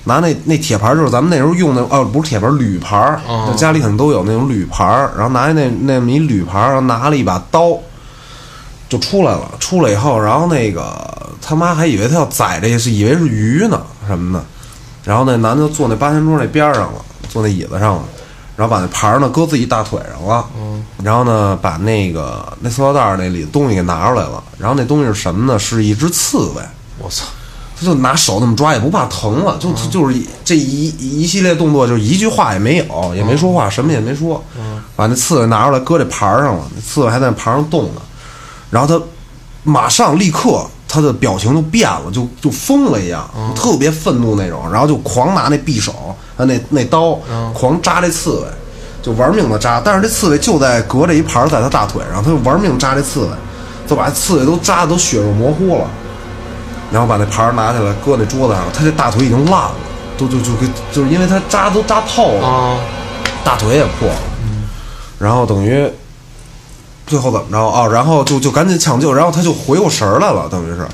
Speaker 5: 拿那那铁盘儿就是咱们那时候用的哦，不是铁盘儿，铝盘儿，就家里可能都有那种铝盘儿。然后拿一那那么一铝盘儿，然后拿了一把刀，就出来了。出来以后，然后那个他妈还以为他要宰这是以为是鱼呢什么的，然后那男的就坐那八仙桌那边儿上了，坐那椅子上了，然后把那盘儿呢搁自己大腿上了，然后呢把那个那塑料袋儿那里的东西给拿出来了，然后那东西是什么呢？是一只刺猬。
Speaker 3: 我操！
Speaker 5: 他就拿手那么抓，也不怕疼了，就就是一这一一系列动作，就一句话也没有，也没说话，什么也没说，把那刺猬拿出来搁这盘儿上了，那刺猬还在那盘儿上动呢，然后他马上立刻他的表情就变了，就就疯了一样，就特别愤怒那种，然后就狂拿那匕首啊那那刀狂扎这刺猬，就玩命的扎，但是这刺猬就在隔着一盘儿在他大腿上，他就玩命扎这刺猬，就把刺猬都扎的都血肉模糊了。然后把那盘儿拿起来搁那桌子上，他这大腿已经烂了，都就就跟就是因为他扎都扎透
Speaker 2: 啊
Speaker 5: 了，大腿也破了。然后等于最后怎么着啊、然后就就赶紧抢救，然后他就回过神儿来了，等于是，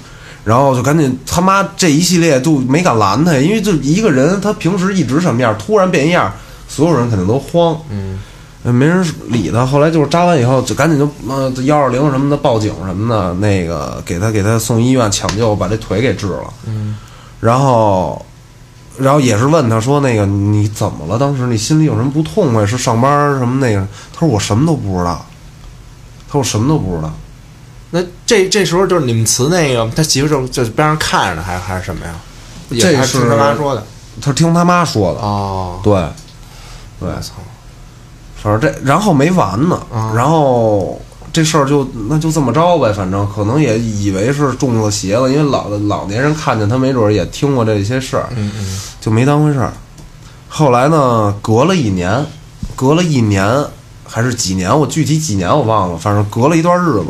Speaker 5: 然后就赶紧他妈这一系列就没敢拦他，因为就一个人，他平时一直什么样，突然变一样，所有人肯定都慌。嗯。没人理他，后来就是扎完以后，就赶紧就呃幺二零什么的报警什么的，那个给他给他送医院抢救，把这腿给治了。嗯，然后然后也是问他说那个你怎么了？当时你心里有什么不痛快？是上班儿什么那个？他说我什么都不知道。他说我什么都不知道。
Speaker 3: 那这这时候就是你们辞那个他媳妇就就边上看着呢，还是还是什么呀？也
Speaker 5: 这
Speaker 3: 还是听
Speaker 5: 是
Speaker 3: 他妈说的
Speaker 5: 他是听他妈说的。啊
Speaker 3: 哦。
Speaker 5: 对，对，
Speaker 3: 我操！
Speaker 5: 反正这然后没完呢，
Speaker 3: 啊
Speaker 5: 然后这事儿就那就这么着呗，反正可能也以为是中了邪了，因为老的老年人看见他没准儿也听过这些事儿，
Speaker 3: 嗯嗯
Speaker 5: 就没当回事儿。后来呢，隔了一年，隔了一年还是几年，我具体几年我忘了，反正隔了一段日子，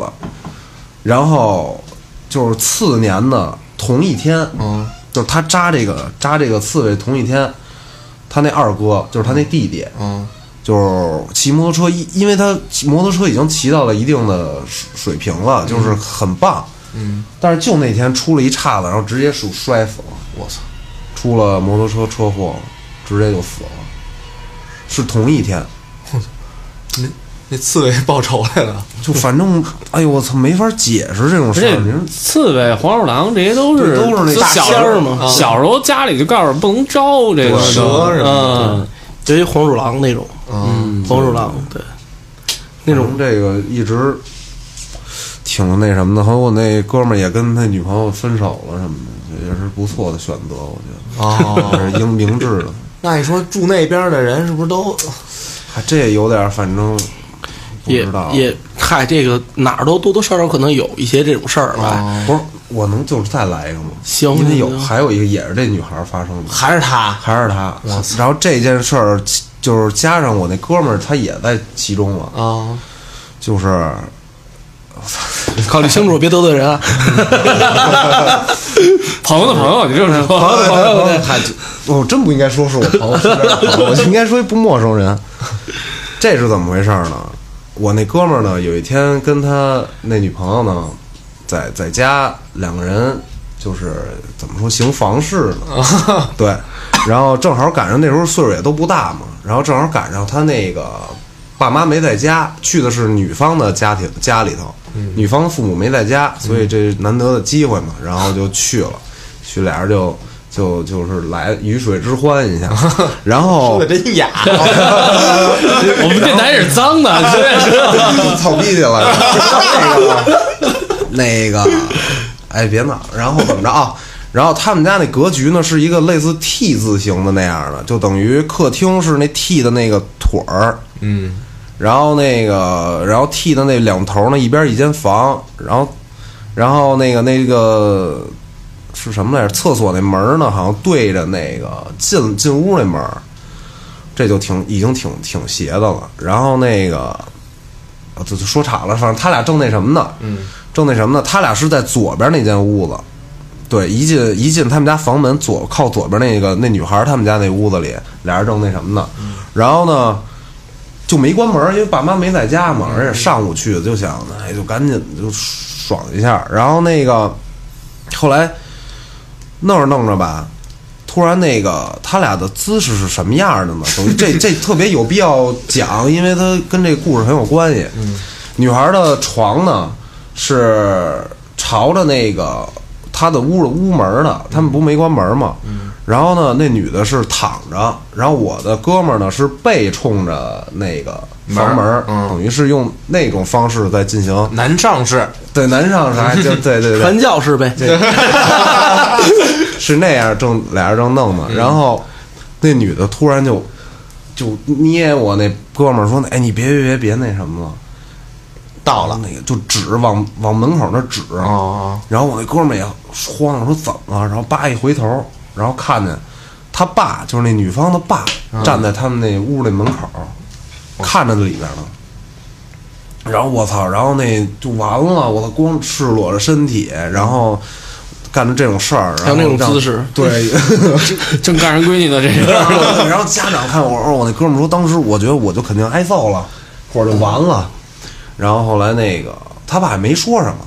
Speaker 5: 然后就是次年的同一天，
Speaker 3: 嗯
Speaker 5: 就是他扎这个扎这个刺猬同一天，他那二哥就是他那弟弟，
Speaker 3: 嗯
Speaker 5: 就是骑摩托车，因因为他骑摩托车已经骑到了一定的水水平了，就是很棒。
Speaker 3: 嗯，
Speaker 5: 但是就那天出了一岔子，然后直接是摔死了，
Speaker 3: 我操！
Speaker 5: 出了摩托车车祸，直接就死了，是同一天。
Speaker 3: 那刺猬报仇来了，
Speaker 5: 就反正，哎呦我操，没法解释这种
Speaker 2: 而
Speaker 5: 事
Speaker 2: 且
Speaker 5: 儿。你说
Speaker 2: 刺猬、黄鼠狼这些都是
Speaker 5: 对都是那
Speaker 2: 就
Speaker 5: 大
Speaker 2: 小时
Speaker 4: 仙
Speaker 2: 候
Speaker 4: 儿嘛
Speaker 2: 小
Speaker 5: 啊
Speaker 2: 时候家里就告诉不能招这个
Speaker 3: 对蛇什么
Speaker 2: 嗯，
Speaker 4: 有一啊黄鼠狼那种，
Speaker 3: 嗯，
Speaker 4: 黄鼠狼对，那种
Speaker 5: 反正这个一直挺那什么的。和我那哥们儿也跟他女朋友分手了什么的，也是不错的选择，我觉
Speaker 3: 哦，
Speaker 5: 得，也是应明智的。
Speaker 3: 那你说住那边的人是不是都
Speaker 5: 还啊这有点儿，反正不
Speaker 4: 也
Speaker 5: 知道
Speaker 4: 也嗨，这个哪儿都多多少少可能有一些这种事儿吧。
Speaker 5: 不是，我能就是再来一个吗？
Speaker 4: 哎行
Speaker 5: 因为
Speaker 4: 行
Speaker 5: 有
Speaker 4: 行
Speaker 5: 还有一个也是这女孩儿发生的，
Speaker 3: 还是 他？
Speaker 5: 还是她。然后这件事儿就是加上我那哥们儿，他也在其中了，
Speaker 3: 啊，
Speaker 5: 就是
Speaker 4: 哦考虑清楚，别得罪人啊。
Speaker 2: 朋友的朋友，你这么说，
Speaker 5: 朋友， 他我哦真不应该说是我朋友，是我朋友我 应该说一不陌生人。这是怎么回事儿呢？我那哥们儿呢，有一天跟他那女朋友呢，在在家两个人就是怎么说行房事呢？对，然后正好赶上那时候岁数也都不大嘛，然后正好赶上他那个爸妈没在家，去的是女方的家庭家里头，女方父母没在家，所以这难得的机会嘛，然后就去了，去俩人就就就是来鱼水之欢一下，然后
Speaker 3: 说的哦真哑，
Speaker 2: 我们电台也是脏的，现在是
Speaker 5: 操逼去了。那个，那个，哎，别闹。然后怎么着啊？然后他们家那格局呢，是一个类似 T 字形的那样的，就等于客厅是那 T 的那个腿儿，
Speaker 3: 嗯，
Speaker 5: 然后那个，然后 T 的那两头呢，一边一间房，然后，然后那个那个是什么来着？厕所那门儿呢，好像对着那个进进屋那门儿，这就挺已经挺挺邪的了。然后那个啊就就说岔了，反正他俩正那什么呢，嗯，正那什么呢，他俩是在左边那间屋子，对，一进一进他们家房门左靠左边那个那女孩他们家那屋子里，俩人正那什么呢，然后呢。就没关门，因为爸妈没在家嘛，而且上午去的，就想哎，就赶紧就爽一下。然后那个后来弄着弄着吧，突然那个他俩的姿势是什么样的呢？等于 这这特别有必要讲，因为它跟这故事很有关系。女孩的床呢是朝着那个她的屋的屋门的，他们不没关门嘛。然后呢，那女的是躺着，然后我的哥们儿呢是背冲着那个房
Speaker 3: 门
Speaker 5: 门儿，
Speaker 3: 儿嗯
Speaker 5: 等于是用那种方式在进行
Speaker 3: 男上士，
Speaker 5: 对男上啥 就对 对对
Speaker 4: 传教士呗，
Speaker 5: 是那样正俩人正弄
Speaker 3: 嗯
Speaker 5: 呢，然后那女的突然就就捏我那哥们儿说：“哎，你别别别别那什么了。”
Speaker 3: 到了，
Speaker 5: 那个就指往往门口那指，
Speaker 3: 哦
Speaker 5: 然后我那哥们儿也慌了，说怎么了？然后叭一回头，然后看见他爸就是那女方的爸
Speaker 4: 嗯
Speaker 5: 站在他们那屋那门口，
Speaker 4: 哦
Speaker 5: 看着里边呢。然后我操，然后那就完了，我操，光赤裸着身体，然后干着这种事儿，然
Speaker 4: 还有
Speaker 5: 后
Speaker 4: 那种
Speaker 5: 让
Speaker 4: 姿势，
Speaker 5: 对，
Speaker 2: 正干人闺女呢，这 是。
Speaker 5: 然后家长看我，我那哥们儿说，当时我觉得我就肯定挨揍了，或者就完了。然后后来那个他爸也没说什么，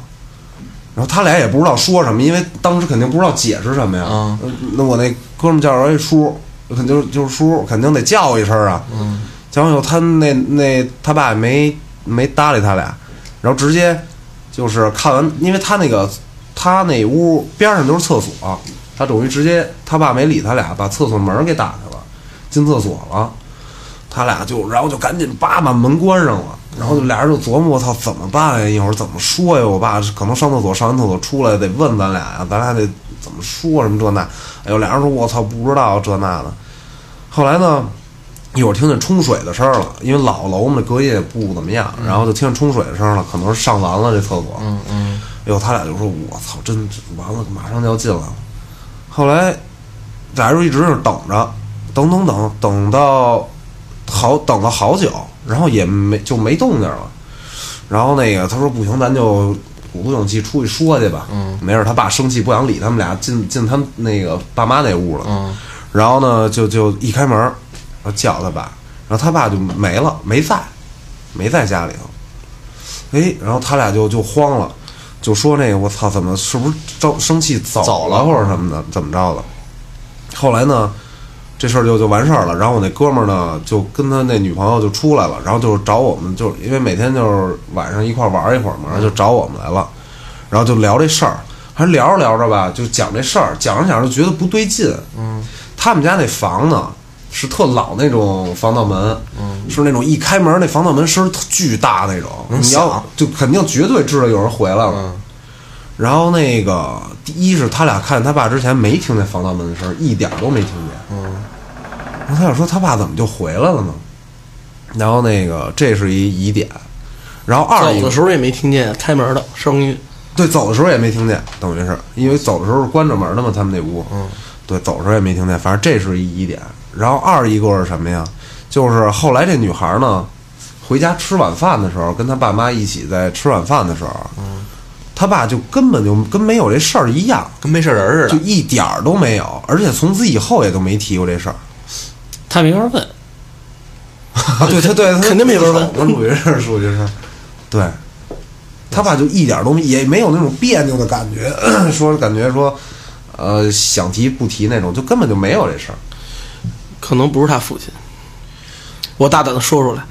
Speaker 5: 然后他俩也不知道说什么，因为当时肯定不知道解释什么呀。
Speaker 3: 嗯
Speaker 5: 呃那我那哥们儿叫着哎叔，肯定就是就是叔，肯定得叫一声啊。嗯，叫完以后他那那他爸也没没搭理他俩，然后直接就是看完，因为他那个他那屋边上都是厕所、他等于直接他爸没理他俩，把厕所门儿给打开了，进厕所了。他俩就，然后就赶紧叭把门关上了，然后就俩人就琢磨，我操，怎么办呀？一会儿怎么说呀？我爸可能上厕所，上完厕所出来得问咱俩呀，咱俩得怎么说什么这那？哎呦，俩人说，我操，不知道这那的。后来呢，一会儿听见冲水的声儿了，因为老楼嘛，隔夜不怎么样，然后就听见冲水的声儿了，可能是上完了这厕所。嗯嗯。哎呦，他俩就说，我操，真完了，马上就要进来了。后来俩人就一直是等着，等等等等到好等了好久，然后也没就没动静了。然后那个他说不行，咱就鼓足勇气出去说去吧。嗯，没准他爸生气不想理他们俩，进进他们那个爸妈那屋了。嗯，然后呢就就一开门，然后叫他爸，然后他爸就没了，没在，没在家里头。哎，然后他俩就就慌了，就说那个我操，怎么是不是着生气走
Speaker 3: 走
Speaker 5: 了
Speaker 3: 了
Speaker 5: 或者什么的，怎么着的？后来呢，这事儿就就完事儿了。然后我那哥们儿呢，就跟他那女朋友就出来了，然后就是找我们，就是因为每天就是晚上一块儿玩儿一会儿嘛，然后就找我们来了，然后就聊这事儿，还聊着聊着吧，就讲这事儿，讲着讲着觉得不对劲，嗯，他们家那房呢。是特老那种防盗门，嗯，是那种一开门那防盗门声儿特巨大那种，你要就肯定绝对知道有人回来了，然后那个第一是他俩看他爸之前没听见防盗门的声儿，一点儿都没听见。嗯，然后他俩说他爸怎么就回来了呢？然后那个这是一疑点，然后二
Speaker 4: 走
Speaker 5: 一个
Speaker 4: 的时候也没听见开门的声音，
Speaker 5: 对，走的时候也没听见，等于是因为走的时候是关着门的嘛，他们那屋。嗯，对，走的时候也没听见，反正这是一点。然后二一个是什么呀？就是后来这女孩呢，回家吃晚饭的时候，跟她爸妈一起在吃晚饭的时候，嗯，她爸就根本就跟没有这事儿一样，
Speaker 3: 跟没事人
Speaker 5: 就
Speaker 3: 似的，
Speaker 5: 一点儿都没有，而且从此以后也都没提过这事儿。
Speaker 2: 他没法问，
Speaker 5: 啊，对他对他
Speaker 4: 肯定没法问
Speaker 5: 我属于是属于是，对，他爸就一点都没也没有那种别扭的感觉， 说感觉说，呃，想提不提那种，就根本就没有这事儿。
Speaker 4: 可能不是他父亲。我大胆的说出来，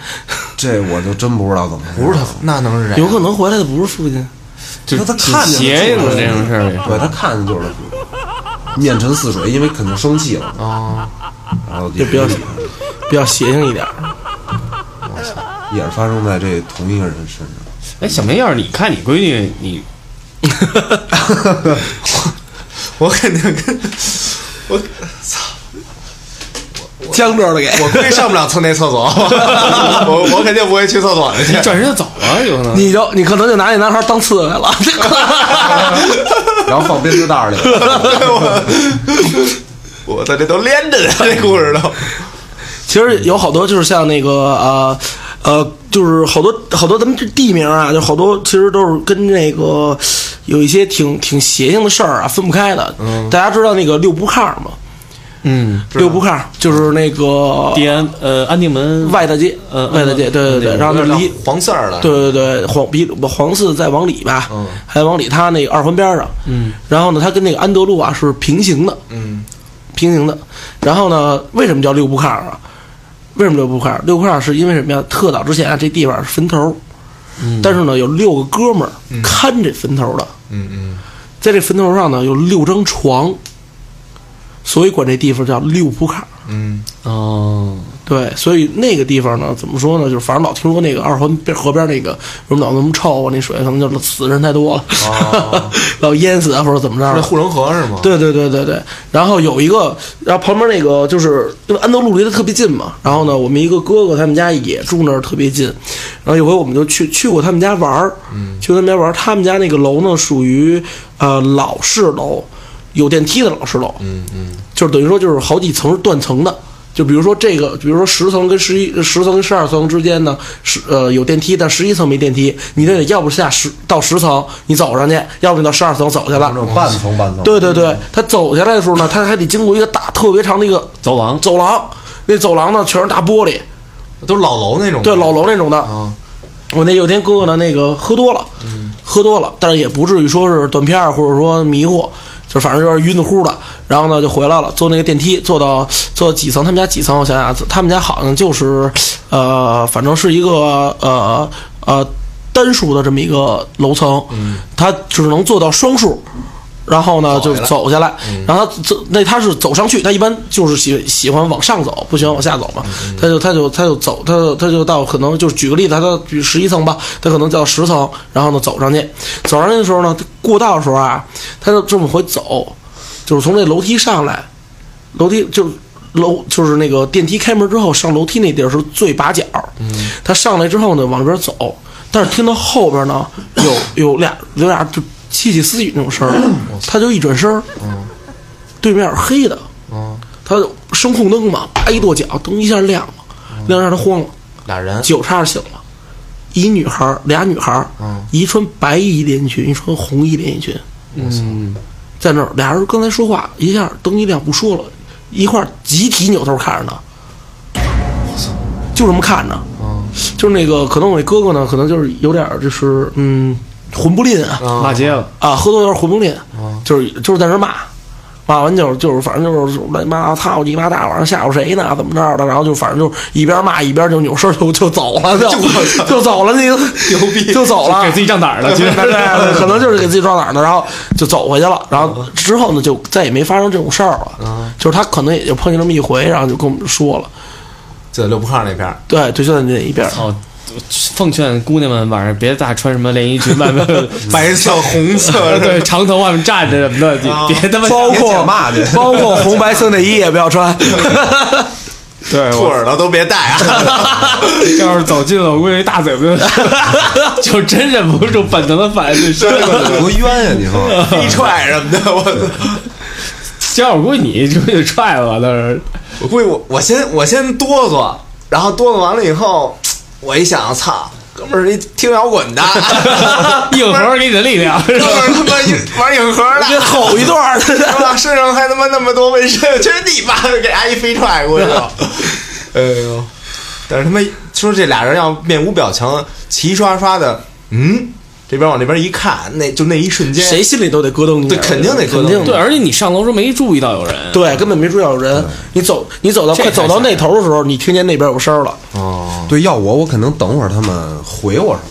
Speaker 5: 这我就真不知道怎么回事，
Speaker 3: 不是他，那嗯能是谁？
Speaker 5: 哎
Speaker 3: 啊
Speaker 4: 有可能回来的不是父亲，
Speaker 2: 就
Speaker 5: 那他
Speaker 2: 挺
Speaker 5: 看见了
Speaker 2: 邪性
Speaker 5: 就
Speaker 2: 的
Speaker 5: 是
Speaker 2: 这种事儿也是。
Speaker 5: 对他看见就是他父亲面沉似水，因为肯定生气了啊，然后
Speaker 4: 哦就
Speaker 5: 也
Speaker 4: 比较比较邪性一点儿。
Speaker 5: 也是发生在这同一个人身上。
Speaker 2: 哎，小明，要是你看你闺女，你
Speaker 3: 我肯定跟我
Speaker 4: 僵着 了给，
Speaker 3: 我估计上不了从那厕 所，我我肯定不会去厕所的去。
Speaker 2: 转身就走了，有可能。
Speaker 4: 你就你可能就拿那男孩当刺猬了。
Speaker 5: 然后放编织袋儿里了，
Speaker 3: 我操，这都连着的，这故事都。
Speaker 4: 其实有好多就是像那个呃呃，就是好多好多咱们这地名啊，就好多其实都是跟那个有一些挺挺邪性的事儿啊分不开的。大家知道那个六步炕吗？
Speaker 3: 嗯，
Speaker 4: 六步炕就是那个
Speaker 2: 地安呃安定门
Speaker 4: 外大街，
Speaker 3: 嗯
Speaker 2: 呃
Speaker 4: 外大街，对对对，然后
Speaker 3: 有
Speaker 4: 那
Speaker 3: 点
Speaker 4: 离
Speaker 3: 黄色儿的，，
Speaker 4: 对对对，黄比黄寺再往里吧，
Speaker 3: 嗯
Speaker 4: 还往里，它那个二环边儿上，嗯，然后呢，它跟那个安德路啊是平行的，
Speaker 3: 嗯，
Speaker 4: 平行的。然后呢，为什么叫六步炕啊？为什么六步炕？六步炕是因为什么呀？特早之前啊，这地方是坟头，嗯、但是呢，有六个哥们儿看这坟头的，
Speaker 3: 嗯嗯，
Speaker 4: 在这坟头上呢有六张床，所以管这地方叫六步炕。
Speaker 3: 嗯，
Speaker 2: 哦，
Speaker 4: 对，所以那个地方呢，怎么说呢？就是反正老听说那个二环边河边那个什么老那么臭啊，那水可能就是死人太多了， 老淹死啊或者怎么
Speaker 3: 是那
Speaker 4: 着的。
Speaker 3: 护城河是吗？，
Speaker 4: 对对对对对，然后有一个，然后旁边那个就是因为安德路离得特别近嘛，然后呢，我们一个哥哥他们家也住那儿特别近，然后有回我们就去去过他们家玩儿，
Speaker 3: 嗯
Speaker 4: 去他们家玩儿，他们家那个楼呢属于呃老式楼，有电梯的老式楼，
Speaker 3: 嗯嗯，
Speaker 4: 就是等于说就是好几层是断层的。就比如说这个，比如说十层跟十一、十层跟十二层之间呢，是呃有电梯，但十一层没电梯，你得要不下十到十层，你走上去，要不你到十二层走去
Speaker 3: 嗯
Speaker 5: 那
Speaker 4: 了。
Speaker 5: 种半层半层。
Speaker 4: 对对
Speaker 2: 嗯
Speaker 4: 对，他走下来的时候呢，他还得经过一个大特别长的一个
Speaker 2: 走廊
Speaker 4: 走廊，那走廊呢全是大玻璃，
Speaker 3: 都是老楼那种，
Speaker 2: 嗯
Speaker 4: 对老楼那种的。
Speaker 3: 啊，
Speaker 4: 我那有天哥哥呢，那个喝多了，
Speaker 2: 嗯
Speaker 4: 喝多了，但是也不至于说是断片儿或者说迷糊，就反正有点晕的乎的。然后呢，就回来了，坐那个电梯，坐到坐几层？他们家几层？我想想啊，他们家好像就是，呃，反正是一个呃呃单数的这么一个楼层，
Speaker 2: 嗯
Speaker 4: 他只能做到双数。然后呢，就
Speaker 3: 走下来嗯
Speaker 4: 走下来，然后他走，那他是走上去，他一般就是喜喜欢往上走，不喜欢往下走嘛。
Speaker 3: 嗯
Speaker 4: 他就他就他就走，他就他就到可能就是举个例子，他到举十一层吧，他可能到十层，然后呢走上去，走上去的时候呢，他过道的时候啊，他就这么回走，就是从这楼梯上来，楼梯就楼就是那个电梯开门之后上楼梯那地儿是最把角，他上来之后呢往里边走，但是听到后边呢有有俩有俩就窃窃私语那种声儿，他就一转身儿，对面是黑的，他就声控灯嘛，啪一跺脚，灯一下亮了，亮让他慌了，
Speaker 3: 俩人，
Speaker 4: 酒叉醒了，一女孩儿俩女孩儿，一穿白衣连衣裙，一穿红衣连衣裙，
Speaker 2: 嗯，
Speaker 4: 在那儿，俩人刚才说话，一下灯一亮不说了，一块儿集体扭头看着他，就这么看着，就是那个可能我那哥哥呢，可能就是有点儿就是嗯混不吝啊，
Speaker 2: 骂街了，
Speaker 4: 啊，喝多有点混不吝，就是就是在那骂，骂完就是就是反正就是来骂操你妈大晚上吓唬谁呢？怎么着的？然后就反正就一边骂一边就扭身就就走了，就就走了，那个 牛逼就走了，
Speaker 2: 给自己仗胆儿了，今
Speaker 4: 对
Speaker 2: 天
Speaker 4: 对对，可能就是给自己壮胆儿呢，然后就走回去了。然后之后呢，就再也没发生这种事儿了。就是他可能也就碰见那么一回，然后就跟我们说了。
Speaker 3: 就在六铺炕那边儿，
Speaker 4: 对，就就在那一边儿。
Speaker 2: 哦，奉劝姑娘们晚上别大穿什么连衣裙，外面
Speaker 3: 白色、红 色的，
Speaker 2: 对长头外面站着什么的，你别他妈
Speaker 4: 包括
Speaker 5: 解骂去
Speaker 4: 包括红白色内衣也不要 穿，
Speaker 2: 对
Speaker 3: 兔
Speaker 2: 我
Speaker 3: 耳朵都别戴啊！
Speaker 2: 要是走近了，我估计一大嘴巴就 就真忍不住本能的反应就伸过去了。
Speaker 5: 多冤呀！你说
Speaker 3: 飞踹什么的， 我
Speaker 2: 这样我估计你就给踹了吧，当时
Speaker 3: 我估计我我先我先哆嗦，然后哆嗦完了以后，我一想，操，哥们儿是一听摇滚的，
Speaker 2: 硬核给你的力量。
Speaker 3: 哥们儿他妈一玩影盒
Speaker 4: 给
Speaker 3: 的。
Speaker 4: 吼一段 儿。
Speaker 3: 是吧？身上还他妈那么多纹 身，全是你妈的给阿姨飞踹过去 了。哎呦！但是他妈说这俩人要面无表情，齐刷刷的，嗯，这边往那边一看，那就那一瞬间，
Speaker 4: 谁心里都得咯噔一下，
Speaker 3: 对肯定得咯噔
Speaker 4: 肯定
Speaker 2: 对，而且你上楼时候没注意到有人，
Speaker 4: 对，根本没注意到有人。你走，你走到
Speaker 2: 这
Speaker 4: 快走
Speaker 2: 太
Speaker 4: 到
Speaker 2: 吓人
Speaker 4: 那头的时候，你听见那边有声儿了。
Speaker 3: 哦，
Speaker 5: 对，要我我肯定等会儿他们回我什么，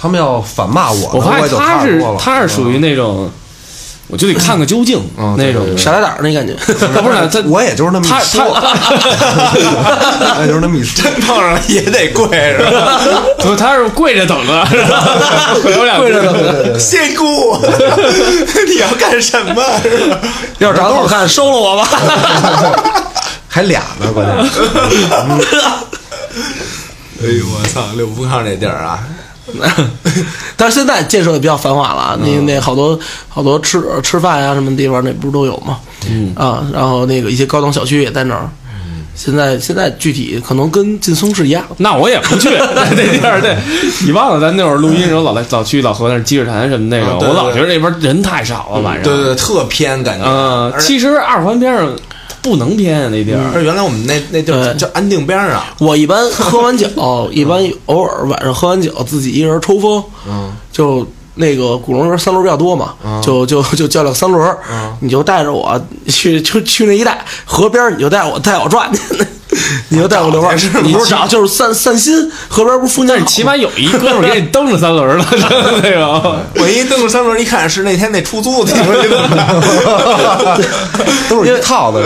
Speaker 5: 他们要反骂我呢，
Speaker 2: 我发
Speaker 5: 也
Speaker 2: 现
Speaker 5: 就
Speaker 2: 他
Speaker 5: 踏
Speaker 2: 是
Speaker 5: 实多了。
Speaker 2: 他是属于那种，我就得看个究竟那种的。
Speaker 4: 傻大胆儿那感觉，
Speaker 2: 他 不是他，
Speaker 5: 我也就是那么一
Speaker 2: 他
Speaker 5: 说，我也就是 那么一说。
Speaker 3: 真 碰上了也得跪是 吧？
Speaker 2: 不，他是跪着等的，有两跪着等
Speaker 3: 仙姑， 你要干什么？是吧
Speaker 4: 要是长得好看，收了我吧。
Speaker 5: 还俩呢，关键是
Speaker 3: 哎呦我操！六福炕这地儿啊，
Speaker 4: 但是现在建设也比较繁华了啊，那那好多好多吃啊吃饭呀、什么地方，那不是都有吗？嗯啊，然后那个一些高档小区也在那儿，现在现在具体可能跟劲松市一样，
Speaker 2: 那我也不去那地儿，对，你忘了咱那会儿录音的时候老来老去老河那儿积水潭什么那个，
Speaker 3: 啊对
Speaker 2: 我老
Speaker 3: 对嗯
Speaker 2: 觉得那边儿人太少了晚上。
Speaker 3: 对对，对，特偏感觉。
Speaker 2: 嗯，
Speaker 3: 而嗯
Speaker 2: 其实二环边上不能偏啊那地儿，
Speaker 3: 而原来我们那那地儿
Speaker 4: 对
Speaker 3: 叫安定边儿啊，
Speaker 4: 我一般喝 完酒，一般偶尔晚上喝完酒自己一人抽风，
Speaker 3: 嗯，
Speaker 4: 就那个鼓楼那边三轮比较多嘛，就 就就叫辆三轮，
Speaker 3: 嗯
Speaker 4: 你就带着我去就去那一带河边，你就带我带我转 去，你就带我遛弯儿，
Speaker 3: 啊找去是吗
Speaker 4: 你不是找就是散散心，河边不是风景
Speaker 2: 但
Speaker 4: 好
Speaker 2: 是
Speaker 4: 吗，
Speaker 2: 起 码有一哥们儿给你蹬着三轮儿了，真的那种。
Speaker 3: 我一蹬着三轮儿一看是那天那出租的，你说你怎么办？
Speaker 5: 都是一套的。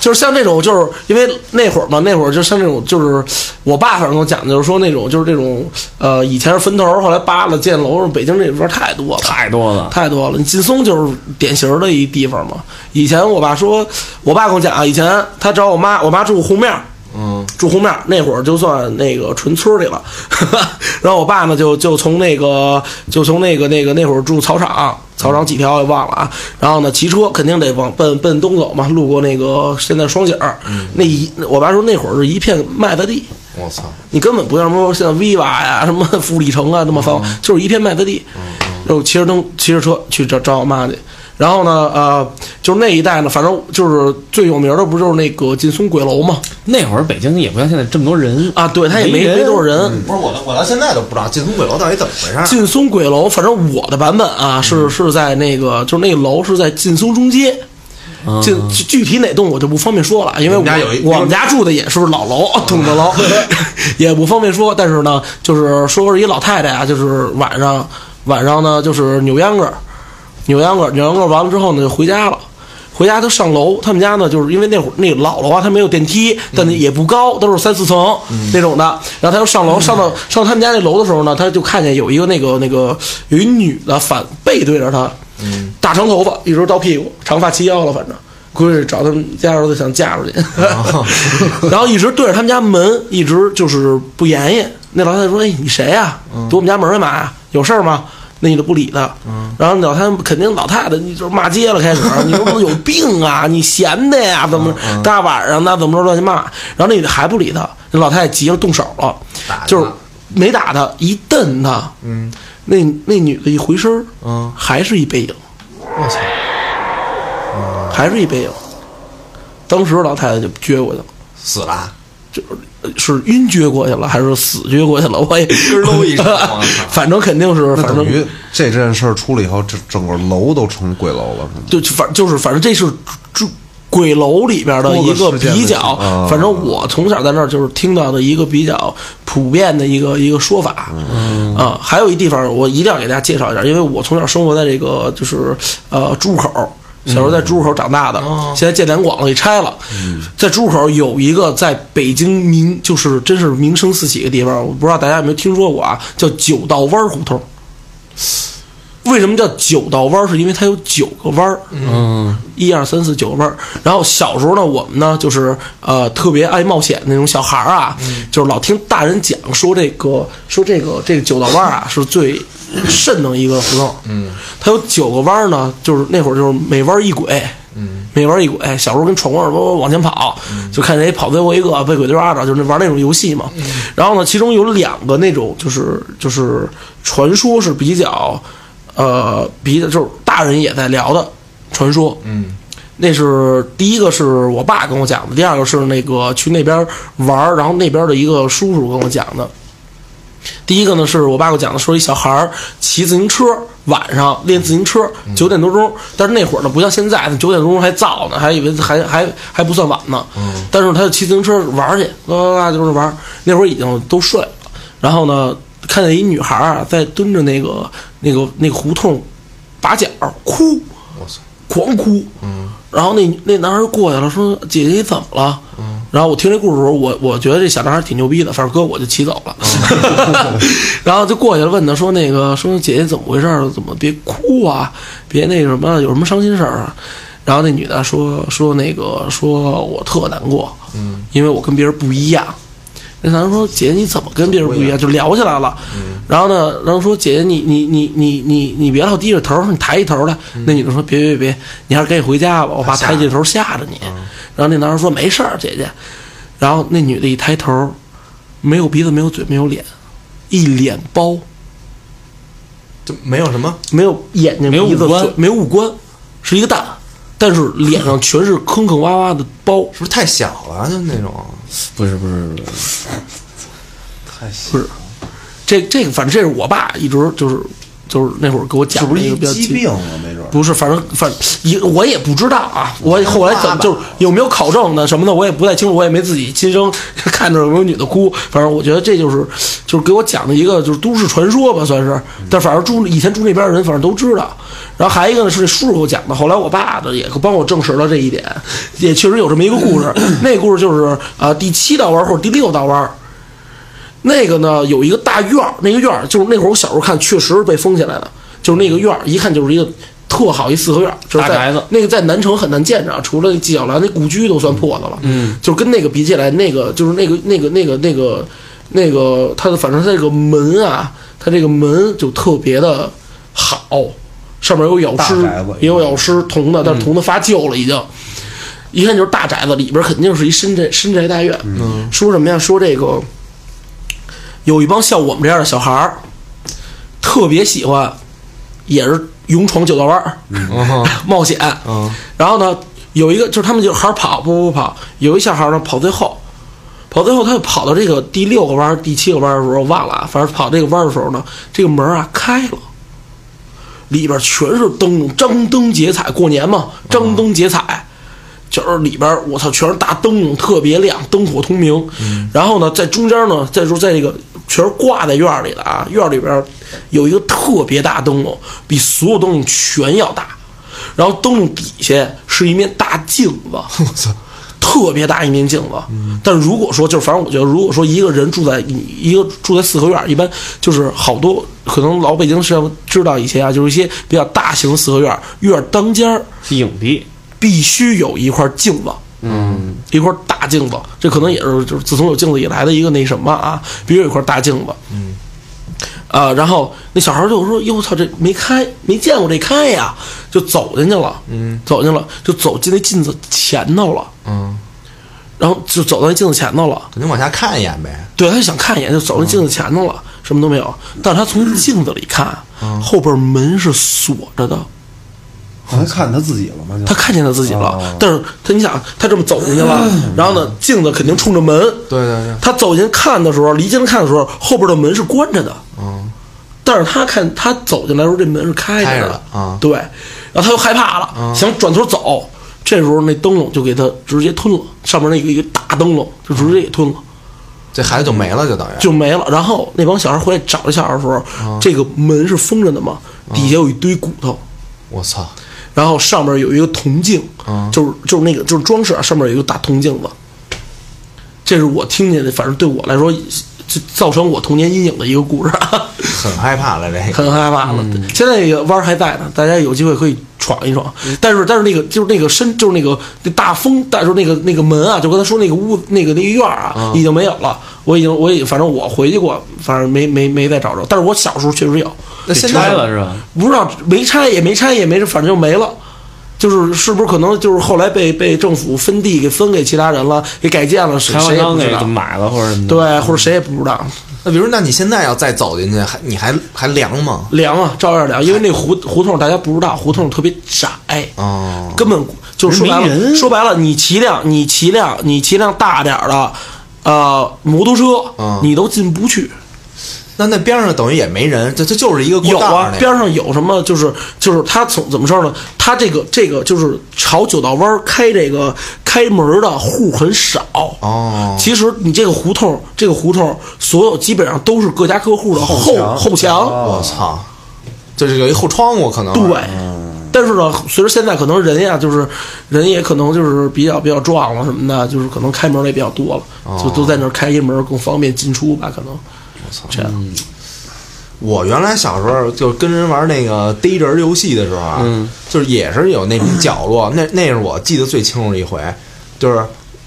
Speaker 4: 就是像这种，就是因为那会儿嘛，那会儿就像这种，就是我爸反正跟我讲，就是说那种就是这种，呃，以前是坟头，后来扒了建楼，北京这边太多了。
Speaker 2: 太多了。
Speaker 4: 太多了，你劲松就是典型的一地方嘛。以前我爸说，我爸跟我讲啊，以前他找我妈，我妈住红面儿，
Speaker 3: 嗯，
Speaker 4: 住红面儿那会儿就算那个纯村儿里了。 然后我爸呢，就就从那个就从那个那个那会儿住草场，草场几条也忘了啊。然后呢，骑车肯定得往奔奔东走嘛，路过那个现在双井儿，那一我爸说那会儿是一片麦子地。
Speaker 3: 我操，
Speaker 4: 你根本不像什么像 viva 呀、什么 富力城啊那么方，就是一片麦子地。然后骑着灯骑着车去找找我妈去。然后呢，呃，就是那一带呢，反正就是最有名的不就是那个劲松鬼楼嘛？
Speaker 2: 那会儿北京也不像现在这么多人，
Speaker 4: 啊，对，它也没
Speaker 2: 没人
Speaker 4: 没多少人。
Speaker 3: 不是我到我到现在都不知道进东鬼楼到底怎么回事儿。
Speaker 4: 劲松鬼楼，反正我的版本啊，是是在那个，就是那个楼是在劲松中街，
Speaker 2: 嗯
Speaker 4: 这具具体哪栋我就不方便说了，因为我
Speaker 3: 你们家有一
Speaker 4: 我们家住的也是老楼，筒 子楼， 也不方便说。但是呢，就是说是一老太太啊，就是晚上晚上呢，就是扭秧歌儿，扭秧歌儿，扭秧歌儿完了之后呢，就回家了。回家就上楼，他们家呢，就是因为那会儿那老楼啊，它没有电梯，
Speaker 3: 嗯
Speaker 4: 但也不高，都是三四层、那种的。然后他就上楼，上到上到他们家那楼的时候呢，他就看见有一个那个那个有一女的反背对着他，大长头发，一直到屁股，长发齐腰了，反正估计找他们家儿子想嫁出去，
Speaker 3: 哦
Speaker 4: 然后一直对着他们家门，一直就是不言语。那老太太说：“哎，你谁呀、
Speaker 3: 嗯
Speaker 4: 堵我们家门干嘛呀？有事儿吗？”那你就不理他。
Speaker 3: 嗯
Speaker 4: 然后老太太肯定老太太你就是骂街了，开始啊你说不是有病啊，你闲的呀，怎么
Speaker 3: 嗯
Speaker 4: 大晚上的怎么着乱七骂？然后那女的还不理他，那老太太急了动手了
Speaker 3: 打他，
Speaker 4: 就是没打他，一瞪他，
Speaker 3: 嗯
Speaker 4: 那那女的一回身儿，
Speaker 3: 嗯，
Speaker 4: 还是一背影。
Speaker 3: 我操，
Speaker 4: 还是一背影。当时老太太就撅过去了，
Speaker 3: 死了，
Speaker 4: 呃是晕撅过去了，还是死撅过去了？我也
Speaker 3: 咯噔一声我操
Speaker 4: 反正肯定是，
Speaker 5: 啊那
Speaker 4: 反
Speaker 5: 等
Speaker 4: 正
Speaker 5: 于这件事儿出了以后，整整个楼都成鬼楼了，是吗？
Speaker 4: 就就反就是反正这是住鬼楼里边的一个比较
Speaker 5: 多个事件的事啊，
Speaker 4: 反正我从小在那儿就是听到的一个比较普遍的一个一个说法，
Speaker 5: 嗯
Speaker 4: 啊，还有一地方我一定要给大家介绍一下，因为我从小生活在这个就是呃朱口。小时候在朱口长大的，
Speaker 5: 嗯
Speaker 4: 哦现在建两广了，给拆了。在朱口有一个在北京名，就是真是名声四起的地方，我不知道大家有没有听说过啊，叫九道湾胡同。为什么叫九道弯儿？是因为它有九个弯儿，
Speaker 2: 嗯，
Speaker 4: 一二三四九个弯儿。然后小时候呢，我们呢就是呃特别爱冒险的那种小孩儿啊，就是老听大人讲说这个说这个这个九道弯儿 啊是最慎的一个胡同，嗯，它有九个弯儿呢，就是那会儿就是每弯儿一鬼，嗯，每弯儿一鬼。小时候跟闯关儿往往前跑，就看谁跑最后一个被鬼抓着，就是玩那种游戏嘛。然后呢，其中有两个那种就是就是传说是比较。呃，比就是大人也在聊的传说，
Speaker 3: 嗯，
Speaker 4: 那是第一个是我爸跟我讲的，第二个是那个去那边玩儿，然后那边的一个叔叔跟我讲的。第一个呢是我爸给我讲的，说一小孩儿骑自行车，晚上练自行车，九点多钟。但是那会儿呢，不像现在，九点多钟还早呢，还以为还还还不算晚呢。但是他就骑自行车玩儿去，啦啦啦就是玩儿。那会儿已经都睡了，然后呢，看见一女孩儿啊在蹲着那个那个那个胡同把角儿哭，
Speaker 3: 我操，
Speaker 4: 狂哭。嗯，然后那那男孩过去了，说：“姐姐你怎么了？”嗯，然后我听这故事的时候，我我觉得这小男孩挺牛逼的，反正哥我就骑走了。 然后就过去了，问他说：“那个，说姐姐怎么回事儿？怎么别哭啊？别那什么，有什么伤心事儿啊？”然后那女的说：“说那个，说我特难过，嗯，因为我跟别人不一样。”那男生说：“姐姐，你怎么跟别人不一样？”就聊起来了。然后呢，然后说：“姐姐，你你你你你你别老低着头，你抬起头来。”那女的说：“别别别，你还是赶紧回家吧，我怕抬起头吓着你。”然后那男生说：“没事儿，姐姐。”然后那女的一抬头，没有鼻子，没有嘴，没有脸，一脸包，
Speaker 3: 就没有什么
Speaker 4: 没有眼睛、
Speaker 2: 没有
Speaker 4: 鼻子、
Speaker 2: 五官
Speaker 4: 嘴没有五官，是一个蛋，但是脸上全是坑坑洼洼的包。
Speaker 3: 是不是太小了？就那种
Speaker 2: 不是不是不是，
Speaker 4: 不是，这这个反正这是我爸一直就是就是那会儿给我讲
Speaker 5: 是
Speaker 4: 的
Speaker 5: 不是
Speaker 4: 一
Speaker 5: 一
Speaker 4: 个比较
Speaker 5: 疾
Speaker 4: 清
Speaker 5: 病啊？没准儿
Speaker 4: 不是，反正反正也我也不知道啊，我后来怎么就是有没有考证的什么的，我也不太清楚，我也没自己亲身看着有没有女的哭。反正我觉得这就是就是给我讲的一个就是都市传说吧，算是。
Speaker 5: 嗯
Speaker 4: 但反正住以前住那边的人反正都知道。然后还一个呢是这叔叔给我讲的，后来我爸的也帮我证实了这一点，也确实有这么一个故 事。那故事就是呃第七道弯或者第六道弯。那个呢，有一个大院儿，那个院儿就是那会儿我小时候看，确实是被封起来的，就是那个院儿，一看就是一个特好一四合院儿，就
Speaker 2: 大
Speaker 4: 是
Speaker 2: 宅
Speaker 4: 在
Speaker 2: 子
Speaker 4: 那个在南城很难见着，除了纪晓岚那故居都算破的了，嗯，就是跟那个比起来，那个就是那个那个那个那个那个它的，反正它这个门啊，它这个门就特别的好，上面有咬
Speaker 5: 大
Speaker 4: 狮
Speaker 5: 宅子，
Speaker 4: 也有咬狮铜的，但是铜的发旧了已经。一看就是大宅子，里边肯定是一深宅深宅大院。嗯，说什么呀？说这个有一帮像我们这样的小孩儿，特别喜欢，也是勇闯九道弯儿、 冒险。
Speaker 3: 嗯
Speaker 4: 然后呢，有一个就是他们就还是跑，不不跑，有一小孩儿呢跑最后，跑最后他就跑到这个第六个弯儿、第七个弯儿的时候忘了啊，反正跑这个弯儿的时候呢，这个门儿啊开了。里边全是灯，张灯结彩，过年嘛，张灯结彩，就是里边我操，全是大灯笼，特别亮，灯火通明。然后呢，在中间呢，再说在这个全是挂在院儿里的啊，院儿里边有一个特别大灯笼，比所有灯笼全要大。然后灯笼底下是一面大镜子，我操，特别大一面镜子。但如果说就是，反正我觉得，如果说一个人住在一个住在四合院儿，一般就是好多可能老北京是要知道一些啊，就是一些比较大型四合院儿，院儿当间儿
Speaker 2: 是影帝，
Speaker 4: 必须有一块镜子，嗯，一块大镜子，这可能也是就是自从有镜子以来的一个那什么啊，必须有一块大镜子，嗯，啊，然后那小孩就说：“哟，我操，这没开，没见过这开呀！”就走进去了，嗯，走进去了，就走进那镜子前头了，
Speaker 3: 嗯，
Speaker 4: 然后就走到那镜子前头了。
Speaker 3: 肯定往下看一眼呗。
Speaker 4: 对，他就想看一眼，就走进镜子前头了，什么都没有。但是他从镜子里看，
Speaker 5: 嗯
Speaker 4: 后边门是锁着的，
Speaker 5: 哦他看他自己了吗？就
Speaker 4: 他看见他自己了，
Speaker 5: 哦嗯
Speaker 4: 但是他你想，他这么走进去了，然后呢，镜子肯定冲着门，
Speaker 3: 对对对，
Speaker 4: 他走进看的时候，离近看的时候，后边的门是关着的，
Speaker 3: 嗯，
Speaker 4: 但是他看他走进来的时候，这门是开
Speaker 3: 开
Speaker 4: 着
Speaker 3: 着
Speaker 4: 的
Speaker 3: 的，啊
Speaker 4: 对，然后他又害怕了，
Speaker 5: 嗯
Speaker 4: 想转头走，这时候那灯笼就给他直接吞了，上面那个一个大灯笼就直接给吞了。
Speaker 3: 这孩子就没了，就等于
Speaker 4: 就没了。然后那帮小孩回来找这小孩的时候，这个门是封着的嘛，底下有一堆骨头，
Speaker 3: 我操，
Speaker 4: 然后上面有一个铜镜，就是就是那个就是装饰啊，上面有一个大铜镜子。这是我听见的，反正对我来说，就造成我童年阴影的一个故事，啊
Speaker 3: 很害怕了这个。
Speaker 4: 很害怕了。现在那个弯儿还在呢，大家有机会可以闯一闯。但是但是那个就是那个深就是那个那大风，但是那个那个门啊，就刚才说那个屋那个那个院儿啊，已经没有了。我已经我已经反正我回去过，反正没没没再找着。但是我小时候确实有，
Speaker 3: 那现
Speaker 2: 拆
Speaker 3: 在
Speaker 2: 了是吧？
Speaker 4: 不知道没拆也没拆也没，反正就没了。就是是不是可能就是后来被被政府分地给分给其他人了，给改建了，谁
Speaker 2: 开发
Speaker 4: 谁也
Speaker 2: 商
Speaker 4: 不知
Speaker 2: 给
Speaker 4: 道。
Speaker 2: 买了或者什么的，
Speaker 4: 对，或者谁也不知道。
Speaker 3: 那比如，那你现在要再走进去，还你还还凉吗？
Speaker 4: 凉啊，照样凉，因为那胡胡同大家不知道，胡同特别窄。
Speaker 3: 哦，
Speaker 4: 根本就是说白
Speaker 2: 没
Speaker 4: 了，
Speaker 2: 人
Speaker 4: 说白了，你骑辆你骑辆你骑辆大点儿的，呃，摩托车、
Speaker 3: 嗯
Speaker 4: 你都进不去。
Speaker 3: 那那边上等于也没人，这这就是一个过
Speaker 4: 有
Speaker 3: 道
Speaker 4: 啊
Speaker 3: 儿，那个
Speaker 4: 边上有什么？就是就是他从怎么说呢？他这个这个就是朝九道弯儿开这个开门儿的户很少。
Speaker 3: 哦，
Speaker 4: 其实你这个胡同，这个胡同所有基本上都是各家各户的后
Speaker 5: 墙
Speaker 4: 后墙。
Speaker 5: 哦
Speaker 3: 我操，就是有一后窗户可能
Speaker 4: 对，但是呢，随着现在可能人呀，就是人也可能就是比较比较壮了什么的，就是可能开门的也比较多了，就都在那儿开一门更方便进出吧，可能。这样，
Speaker 3: 我原来小时候就跟人玩那个逮人游戏的时候啊，就是也是有那种角落，那那是我记得最清楚的一回，就是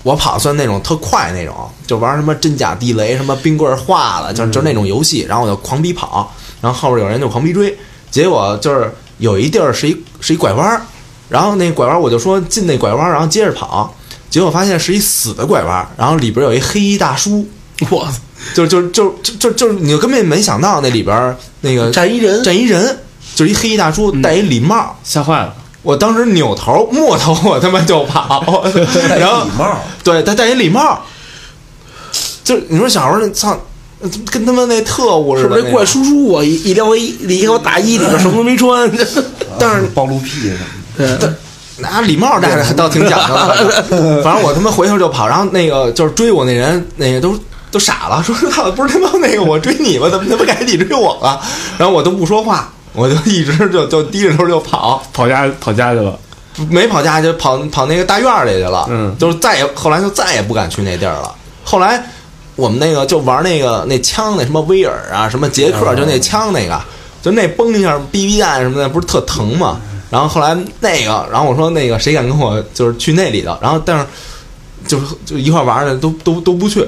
Speaker 3: 我跑算那种特快那种，就玩什么真假地雷，什么冰棍儿化了，就就那种游戏。然后我就狂逼跑，然后后边有人就狂逼追。结果就是有一地儿是一是一拐弯儿，然后那拐弯儿我就说进那拐弯儿，然后接着跑。结果发现是一死的拐弯儿，然后里边有一黑衣大叔，
Speaker 4: 我
Speaker 3: 就就就就就就你就根本没想到那里边儿那个
Speaker 4: 站呃一人，
Speaker 3: 站一人，就是一黑衣大叔戴一礼帽，
Speaker 2: 吓坏了。
Speaker 3: 我当时扭头摸头，我他妈就跑，然后
Speaker 5: 礼帽，
Speaker 3: 对他戴一礼帽，就你说小时候那操，跟他妈那特务
Speaker 4: 是
Speaker 3: 似
Speaker 4: 不
Speaker 3: 的，
Speaker 4: 是那怪
Speaker 3: 怪
Speaker 4: 叔叔啊？一一撩黑，你给我打衣，里边什么都没 穿。
Speaker 3: 但是
Speaker 5: 暴露癖什么
Speaker 4: 对，
Speaker 3: 拿礼帽戴着倒挺讲究的， 反正我他妈回头就跑，然后那个就是追我那人，那个都都傻了，说 操，不是他妈那个我追你吗？怎么他妈改你追我了？然后我都不说话，我就一直就就低着头就跑，
Speaker 2: 跑家跑家去了，
Speaker 3: 没跑家就跑跑那个大院儿里去了，
Speaker 2: 嗯
Speaker 3: 就是再也后来就再也不敢去那地儿了。后来我们那个就玩那个那枪那什么威尔啊，什么杰克，就那枪那个，就那崩一下 BB 弹什么的，不是特疼吗？然后后来那个，然后我说那个谁敢跟我就是去那里头，然后但是就是就一块玩儿的都都都不去，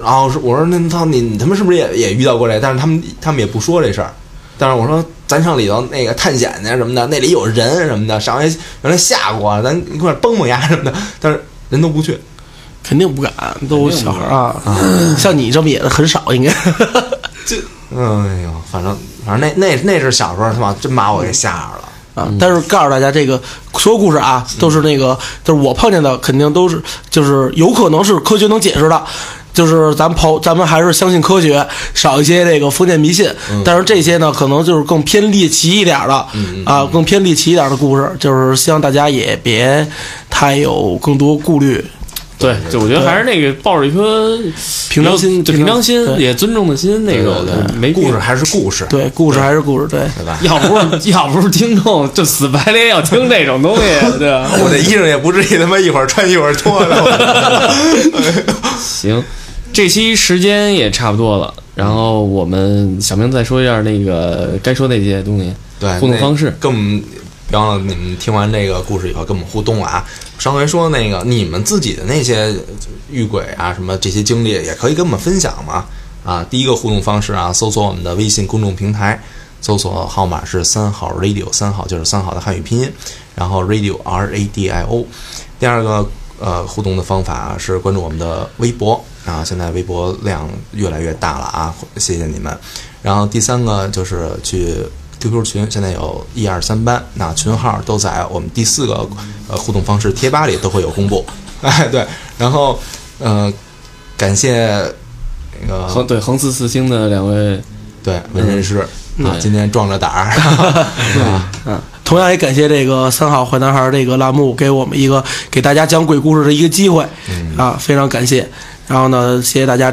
Speaker 3: 然后是我说那操你你他们是不是也也遇到过这？但是他们他们也不说这事儿。但是我说咱上里头那个探险去什么的，那里有人什么的，上回原来吓过咱一块儿蹦蹦呀什么的，但是人都不去。
Speaker 4: 肯定不敢，都小孩儿啊。像你这么野的很少，应该。
Speaker 3: 哎呦，反正反正那那那是小时候他妈真把我给吓着了。
Speaker 4: 啊，但是告诉大家，这个所有故事啊，都是那个，就是我碰见的，肯定都是，就是有可能是科学能解释的，就是咱们刨，咱们还是相信科学，少一些这个封建迷信。
Speaker 2: 嗯
Speaker 4: 但是这些呢，可能就是更偏猎奇一点的，
Speaker 2: 嗯
Speaker 4: 啊，更偏猎奇一点的故事，就是希望大家也别太有更多顾虑，
Speaker 2: 对，就我觉得还是那个抱着一颗
Speaker 4: 平常心，
Speaker 2: 对平常心
Speaker 4: 对
Speaker 2: 也尊重的心，那种
Speaker 3: 对对
Speaker 2: 的没必
Speaker 3: 故
Speaker 2: 要
Speaker 3: 事。还是故事，
Speaker 4: 对，故事还是故事，对，
Speaker 3: 对吧？
Speaker 2: 要不是 要不是听众，就死白脸要听这种东西，对吧？
Speaker 3: 我这衣裳也不至于他妈一会儿穿一会儿脱的。
Speaker 2: 行，这期时间也差不多了，然后我们小明再说一下那个该说那些东西，
Speaker 3: 对，
Speaker 2: 互动方式
Speaker 3: 那跟我们，别忘了你们听完这个故事以后跟我们互动啊。上回说那个你们自己的那些遇鬼啊什么这些经历，也可以跟我们分享嘛。啊，第一个互动方式啊，搜索我们的微信公众平台，搜索号码是三号 radio，三号就是三号的汉语拼音，然后 radio r a d i o。第二个呃互动的方法啊是关注我们的微博啊，现在微博量越来越大了啊，谢谢你们。然后第三个就是去 QQ 群，现在有一二三班，那群号都在我们第四个呃互动方式贴吧里都会有公布。 哎，对，然后呃，感谢那个
Speaker 2: 横对横四四星的两位，
Speaker 3: 对纹身师啊
Speaker 2: 对，
Speaker 3: 今天壮着胆儿，
Speaker 4: 同样也感谢这个三好坏男孩这个栏目给我们一个给大家讲鬼故事的一个机会，啊，非常感谢。然后呢，谢谢大家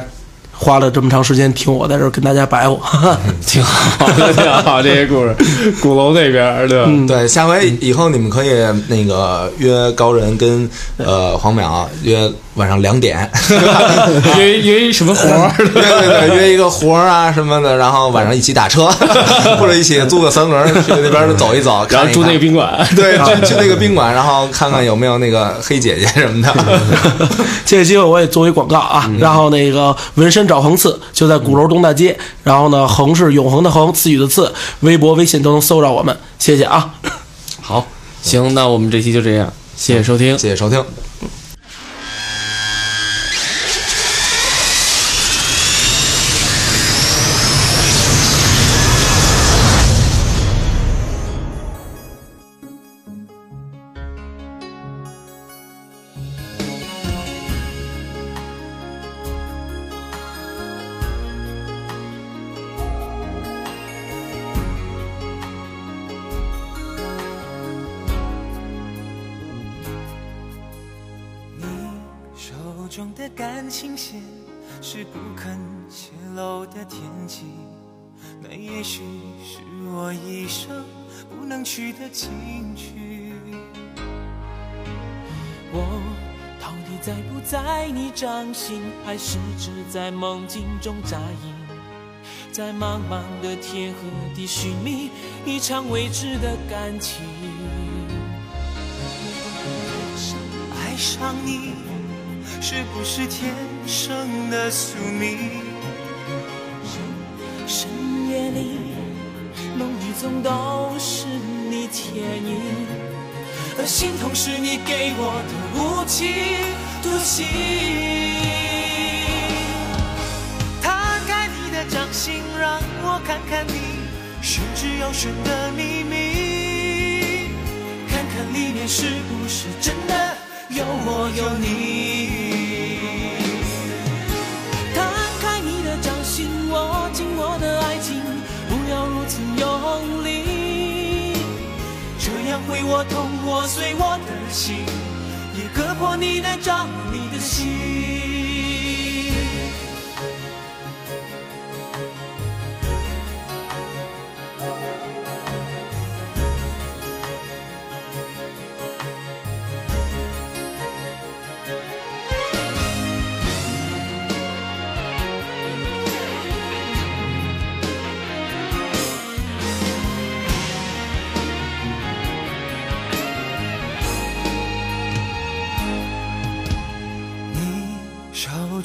Speaker 4: 花了这么长时间听我在这儿跟大家白话，
Speaker 2: 挺好的，挺好。这些故事，鼓楼那边儿对吧？
Speaker 3: 对，下回以后你们可以那个约高人跟呃黄淼约晚上两点，
Speaker 2: 约约一什么活儿？
Speaker 3: 对对对，约一个活儿啊什么的，然后晚上一起 打车，或者一起租个三轮儿去那边儿走一走，
Speaker 2: 然后
Speaker 3: 看一
Speaker 2: 住那
Speaker 3: 看
Speaker 2: 个宾馆，
Speaker 3: 对，去去那个宾馆，然后看看有没有那个黑姐姐什么的。
Speaker 4: 借这个机会我也作为广告啊。然后那个纹身找横刺就在鼓楼东大街，然后呢，横是永恒的恒，赐予的赐，微博、微信都能搜着我们，谢谢啊。
Speaker 2: 好，行，那我们这期就这样，谢谢收听，
Speaker 3: 谢谢收听。
Speaker 6: 你手中的感情线是不肯泄露的天机，那也许是我一生不能去的禁区。
Speaker 7: 我到底在不在你掌心，还是只在梦境中扎营？在茫茫的天河地寻觅一场未知的感情。
Speaker 6: 爱上你是不是天生的宿命？
Speaker 7: 深夜里，梦里总都是你倩影，而心痛是你给我的无情独行。摊开你的掌心，让我看看你玄之又玄的秘密，看看里面是不是真的有我有你。摊开你的掌心，握紧我的爱情，不要如此用力，这样会我痛我碎我的心，也割破你的掌，你的心。
Speaker 6: 你手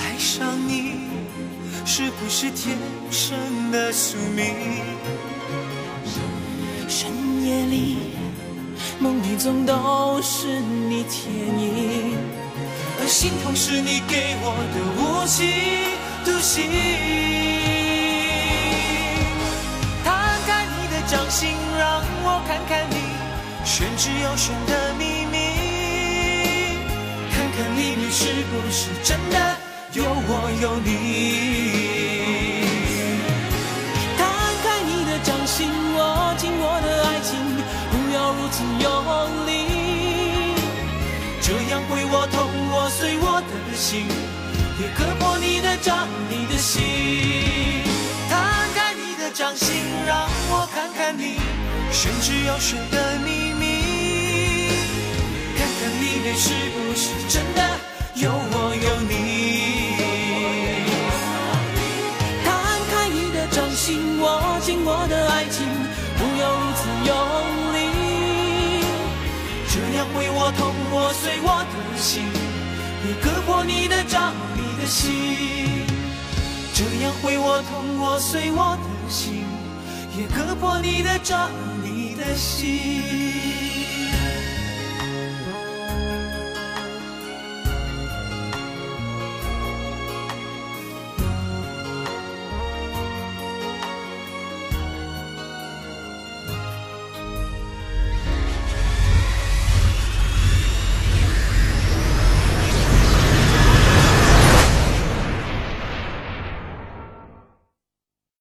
Speaker 6: 爱上你是不是天生的宿命？
Speaker 7: 深夜里，梦里总都是你倩影，
Speaker 6: 而心痛是你给我的无情独行。摊开你的掌心，让我看看你玄之又玄的秘密，看看里面是不是真的有我有你。
Speaker 7: 摊开你的掌心，握紧我的爱情，不要如此用力，
Speaker 6: 这样会我痛我碎我的心，也割破你的掌，你的心。摊开你的掌心，让我看看你玄之又玄的秘密，看看里面是不是真的有我有你。
Speaker 7: 摊开你的掌心，握紧我的爱情，不要如此用力，
Speaker 6: 这样会我痛我碎我的心，也割破你的掌，你的心。这样会我痛我碎我的心，也割破你的掌，你的心。